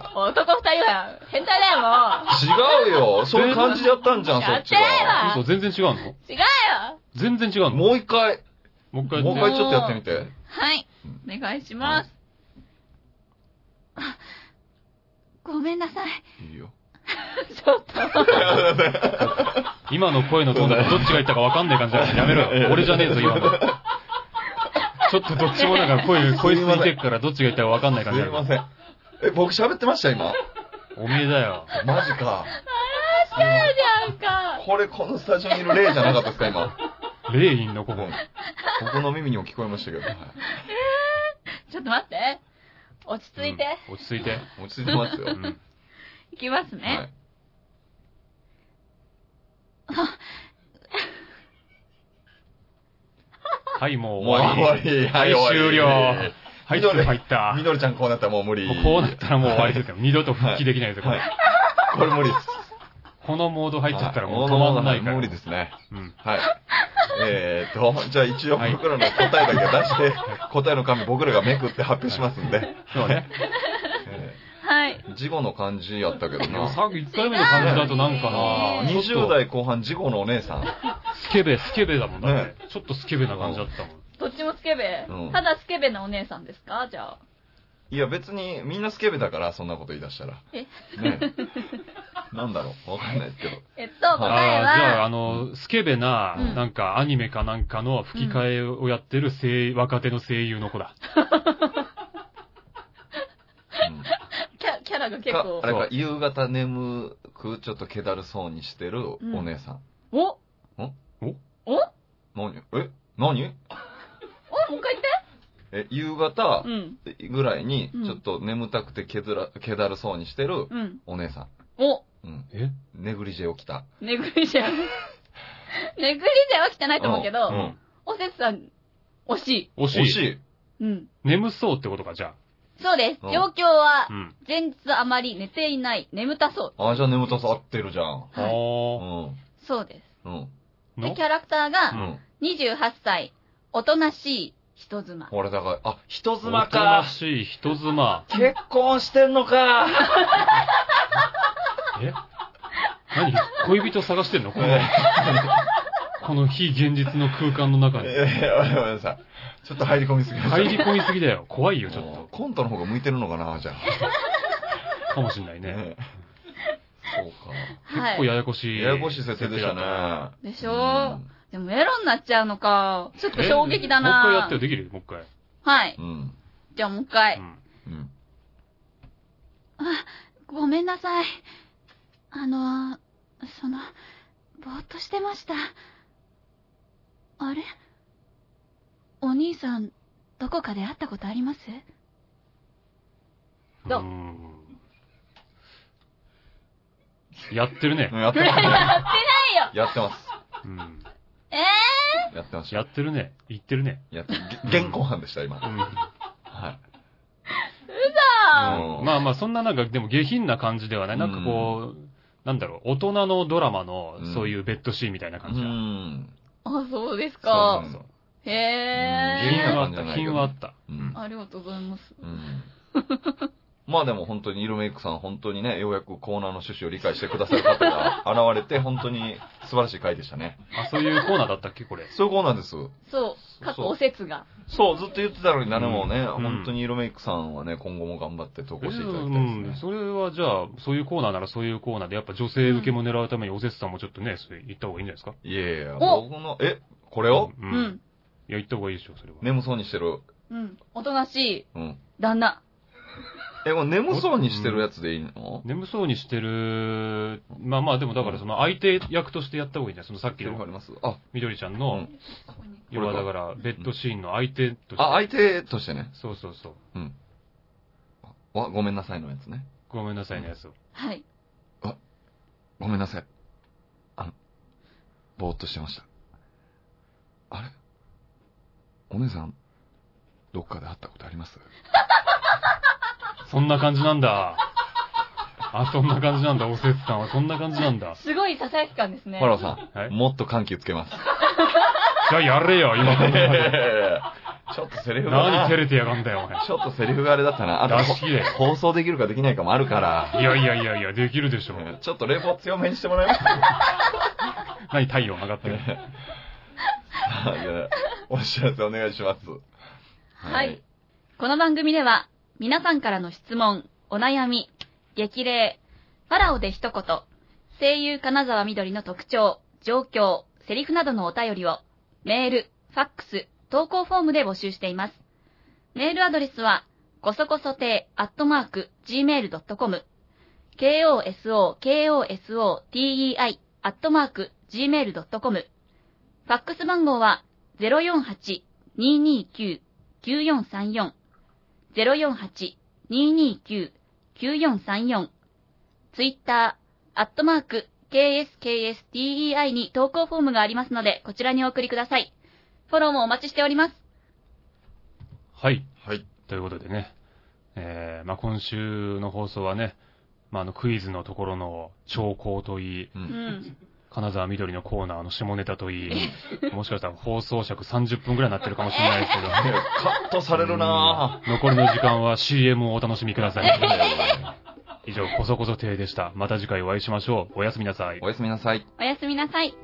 Speaker 3: と、男二人は変態だよ、も
Speaker 2: 違うよ。そういう感じでやったんじゃん、そっち
Speaker 3: やってない
Speaker 2: が。
Speaker 3: わ
Speaker 1: 嘘全然違うの
Speaker 3: う。違うよ
Speaker 1: 全然違うの
Speaker 2: もう一回。
Speaker 1: もう一回
Speaker 2: もう一
Speaker 1: やっ
Speaker 2: 回
Speaker 1: て。
Speaker 2: ちょっとやってみて。
Speaker 3: はい。お願いします。あごめんなさい。
Speaker 2: いいよ。
Speaker 3: ちょっと。
Speaker 1: 今の声のトーンだとどっちが言ったかわかんない感じだからやめろよ。俺じゃねえぞ、今の。ちょっとどっちもなんか声、声すいてっからどっちが言ったかわかんない
Speaker 2: す
Speaker 1: 感じだ
Speaker 2: み
Speaker 1: か
Speaker 2: ま
Speaker 1: ら。
Speaker 2: せん。え、僕喋ってました今。
Speaker 1: おめえだよ。
Speaker 2: マジか。
Speaker 3: なんか。
Speaker 2: これ、このスタジオにいる例じゃなかったですか今。
Speaker 1: 霊インのこ
Speaker 2: ここ
Speaker 1: こ。。
Speaker 2: ここの耳にも聞こえましたけど。はい
Speaker 3: ちょっと待って。落ち着いて。
Speaker 1: 落ち着いて。
Speaker 2: 落ち着いてますよ。
Speaker 1: う
Speaker 2: はい。
Speaker 1: ん。
Speaker 3: いきますね。
Speaker 1: はい、もう
Speaker 2: もう
Speaker 1: 終わり。
Speaker 2: 終わり。
Speaker 1: は、
Speaker 2: はいい、終わ
Speaker 1: 終
Speaker 2: り。
Speaker 1: 了。はい、
Speaker 2: 緑
Speaker 1: 入った。
Speaker 2: みどりちゃんこうなったらもう無理
Speaker 1: も。うこうなったらもう終わりですよ。二度と復帰できないですよ、こ
Speaker 2: はい
Speaker 1: れ。。
Speaker 2: これ無理です。
Speaker 1: このモード入っちゃったらもう
Speaker 2: はい
Speaker 1: 止まんないから。
Speaker 2: 無理ですね。
Speaker 1: うん。
Speaker 2: はい。えーと、じゃあ一応
Speaker 1: はい
Speaker 2: 僕らの答えだけ出して、答えの紙僕らがめくって発表しますんで。
Speaker 1: そうね。
Speaker 2: え
Speaker 3: はい。
Speaker 2: ー事後の感じやったけど
Speaker 1: でも
Speaker 2: な。
Speaker 1: さっき1回目の感じだとなんか
Speaker 3: あ
Speaker 1: な
Speaker 3: ー
Speaker 1: ちょっ
Speaker 2: 20
Speaker 1: と
Speaker 2: 代後半、事後のお姉さん。
Speaker 1: スケベ、スケベだもんだって
Speaker 2: ね。
Speaker 1: ちょっとスケベな感じだったもん。
Speaker 3: どっちもスケベ。
Speaker 2: うん
Speaker 3: ただスケベなお姉さんですかじゃあ。
Speaker 2: いや、別にみんなスケベだから、そんなこと言い出したら。
Speaker 3: え
Speaker 2: ねえなんだろうわかんないですけど。
Speaker 3: えっと、
Speaker 2: あー
Speaker 3: 答
Speaker 1: ああ、
Speaker 3: え
Speaker 1: じゃあ、
Speaker 3: は、
Speaker 1: あの、スケベな、
Speaker 3: うん
Speaker 1: なんかアニメかなんかの吹き替えをやってる声、若手の声優の子だ。
Speaker 3: キャキャラが
Speaker 2: うん、
Speaker 3: 結
Speaker 2: か
Speaker 3: 構
Speaker 2: あ。れか、夕方眠く、ちょっと気だるそうにしてるお姉さん。ん
Speaker 3: お
Speaker 1: お
Speaker 3: お
Speaker 2: 何え何
Speaker 3: おもう一回言って。
Speaker 2: え、夕方
Speaker 3: うん。
Speaker 2: ぐらいに
Speaker 3: う、ん
Speaker 2: ちょっと眠たくて気だら気だるそうにしてる
Speaker 3: うん。
Speaker 2: お姉さ
Speaker 3: お
Speaker 2: ん。うん。
Speaker 1: え
Speaker 2: ネグリジェを着た。
Speaker 3: ネグリジェ。ネグリジェは来てないと思うけ
Speaker 1: う
Speaker 2: う
Speaker 3: ど、
Speaker 1: ん
Speaker 2: ん。
Speaker 3: おせつさん、惜しい。
Speaker 1: 惜しい。
Speaker 2: 惜しい。
Speaker 3: うん。
Speaker 1: 眠そうってことか、じゃ
Speaker 3: そうです。
Speaker 2: うん
Speaker 3: 状況は
Speaker 1: あ。う、ん。
Speaker 3: 前日あまり寝ていない、眠たそう。
Speaker 2: あ、じゃあ眠たさ合ってるじゃん。
Speaker 1: あ
Speaker 3: は
Speaker 2: う
Speaker 3: い
Speaker 2: ん
Speaker 1: ー。。
Speaker 3: そうで
Speaker 2: うん。
Speaker 3: す。で、
Speaker 1: の
Speaker 3: キャラクター
Speaker 2: う
Speaker 1: う
Speaker 3: が、
Speaker 2: ん。
Speaker 3: 28歳、おとなしい人妻。
Speaker 2: これだから、あ、人
Speaker 1: お
Speaker 2: 妻
Speaker 1: とな
Speaker 2: か。
Speaker 1: しい人妻。
Speaker 2: 結婚してんのか。
Speaker 1: <laughs> え何恋人探してんのこの、この非現実の空間の中
Speaker 2: い
Speaker 1: に。
Speaker 2: やいや、ごめんなさい。ちょっと入り込みすぎました。
Speaker 1: 入り込みすぎだよ。怖いよ、ちょっ
Speaker 2: もうコントの方が向いてるのかな、じゃあ。
Speaker 1: と。かもしんないね。
Speaker 2: ねそうか。
Speaker 1: 結
Speaker 3: は
Speaker 1: 構
Speaker 3: い。
Speaker 1: ややこしい。
Speaker 2: ややこしい設定でしたね。
Speaker 3: でしょでもエロになっちゃうのか。ちょっと
Speaker 1: え。
Speaker 3: 衝撃だ
Speaker 1: もう一回や
Speaker 3: な
Speaker 1: ってよ、できるもう一回。
Speaker 3: はい。
Speaker 2: うん。
Speaker 3: じゃあもう一回
Speaker 1: う。ん。
Speaker 2: うん。
Speaker 3: ごめんなさい。あの、その、ぼーっとしてました。あれお兄さん、どこかで会ったことあ
Speaker 1: <laughs>
Speaker 3: りますどう
Speaker 1: うんやってるね
Speaker 2: う。んやってま
Speaker 3: ないよ
Speaker 2: す。やってます。
Speaker 1: うん
Speaker 3: え
Speaker 2: やってました。
Speaker 1: やってるね。言ってるね。
Speaker 2: やって、げ現行犯でした、今。
Speaker 1: う
Speaker 2: はい。
Speaker 1: ん
Speaker 3: ー
Speaker 2: うん
Speaker 1: まあまあ、そんななんか、でも下品な感じではない。なんかこう、なんだろう、大人のドラマの
Speaker 2: うん
Speaker 1: そういうベッドシーンみたいな
Speaker 2: う
Speaker 1: 感じだ。
Speaker 2: ん。
Speaker 3: あ、そうです
Speaker 2: そう
Speaker 3: か。
Speaker 2: そうそう。
Speaker 3: へ
Speaker 1: 品
Speaker 3: え。
Speaker 1: はあ
Speaker 2: う
Speaker 1: っ
Speaker 2: ん下
Speaker 1: た、
Speaker 2: 品な感じじゃないよ
Speaker 1: 品はあった。
Speaker 2: うん。
Speaker 3: ありがとうございます。
Speaker 2: うん。まあでも本当にイルメイクさん、本当にね、ようやくコーナーの趣旨を理解してくださる方が現れて、本当に素晴らしい回でしたね。
Speaker 1: あ、そういうコーナーだったっけ、これ。
Speaker 2: そういうコーナーです。
Speaker 3: そう、
Speaker 2: そ
Speaker 3: 過
Speaker 2: う
Speaker 3: 去おせつが。
Speaker 2: そう、ずっと言ってたのに、誰もね、
Speaker 1: うん
Speaker 2: 本当に色メイクさんはね、今後も頑張って投
Speaker 1: う
Speaker 2: 稿していただきたいですね
Speaker 1: ん、。それはじゃあ、そういうコーナーならそういうコーナーで、やっぱ女性受けも狙うために、おせつさんもちょっとね、それ言った方がいいんじゃないですか
Speaker 2: いやいや、
Speaker 3: お
Speaker 2: 僕の、え、これを
Speaker 1: う。
Speaker 3: うんん。
Speaker 1: いや、言った方がいいでしょ、それは。
Speaker 2: 眠そうにしてる。
Speaker 3: うん。おとなしい
Speaker 2: うん。
Speaker 3: 旦那。
Speaker 2: え、もう眠そうにしてるやつでいいの
Speaker 1: 眠そうにしてる、まあまあでもだからその相手役としてやった方がいいんじゃないそのさっき
Speaker 2: わか
Speaker 1: の
Speaker 2: りますあ、
Speaker 1: みどりちゃん
Speaker 2: う
Speaker 1: の
Speaker 2: ん、
Speaker 1: 要はだからベッドシーンの相手として。
Speaker 2: あ、相手としてね。
Speaker 1: そうそうそう。
Speaker 2: わ、ごめんなさいのやつね。
Speaker 1: ごめんなさいのやつを。
Speaker 3: はい。
Speaker 2: ごめんなさい。あの、ぼーっとしてました。あれお姉さん、どっかで会ったことあります
Speaker 1: そんな感じなんだ。あ、そんな感じなんだ、おせつさんは。そんな感じなんだ。
Speaker 3: すごいささやき感ですね。
Speaker 2: ファラオさん、
Speaker 1: はい
Speaker 2: もっと緩急つけます。
Speaker 1: じゃあやれよ、今こんな感
Speaker 2: ちょっとセリ
Speaker 1: じ。
Speaker 2: フがな。
Speaker 1: 何照れてやがんだよ、お前。
Speaker 2: ちょっとセリフがあれだったな。あと
Speaker 1: 出し切れよ。
Speaker 2: 放送できるかできないかもあるから。
Speaker 1: いやいやいやいや、できるでしょ。
Speaker 2: ちょっと冷房強めにしてもらえます
Speaker 1: 何太陽上がってる。
Speaker 2: かお知らせお願いします。
Speaker 3: はい。この番組では、皆さんからの質問、お悩み、激励、ファラオで一言、声優金沢みどりの特徴、状況、セリフなどのお便りを、メール、ファックス、投稿フォームで募集しています。メールアドレスは、こそこそてアットマーク、gmail.com、koso, koso, tei, アットマーク、gmail.com、ファックス番号は、048-229 9434 048-229-9434ツイッター、アットマーク、KSKSTEI に投稿フォームがありますので、こちらにお送りください。フォローもお待ちしております。
Speaker 1: はい。
Speaker 2: はい。
Speaker 1: ということでね、えー、まあ、今週の放送はね、まあ、あの、クイズのところの兆候といい、
Speaker 2: う。
Speaker 3: うんん。
Speaker 1: 金沢みどりのコーナーの下ネタといい、もしかしたら放送尺30分くらいになってるかもしれないです
Speaker 2: <laughs>
Speaker 1: けど、
Speaker 2: カットされるな
Speaker 1: うん残りの時間は CM をお楽しみください。以上、こそこそ亭でした。また次回お会いしましょう。おやすみなさい
Speaker 2: ぁ。お。やすみなさい。
Speaker 3: おやすみなさい。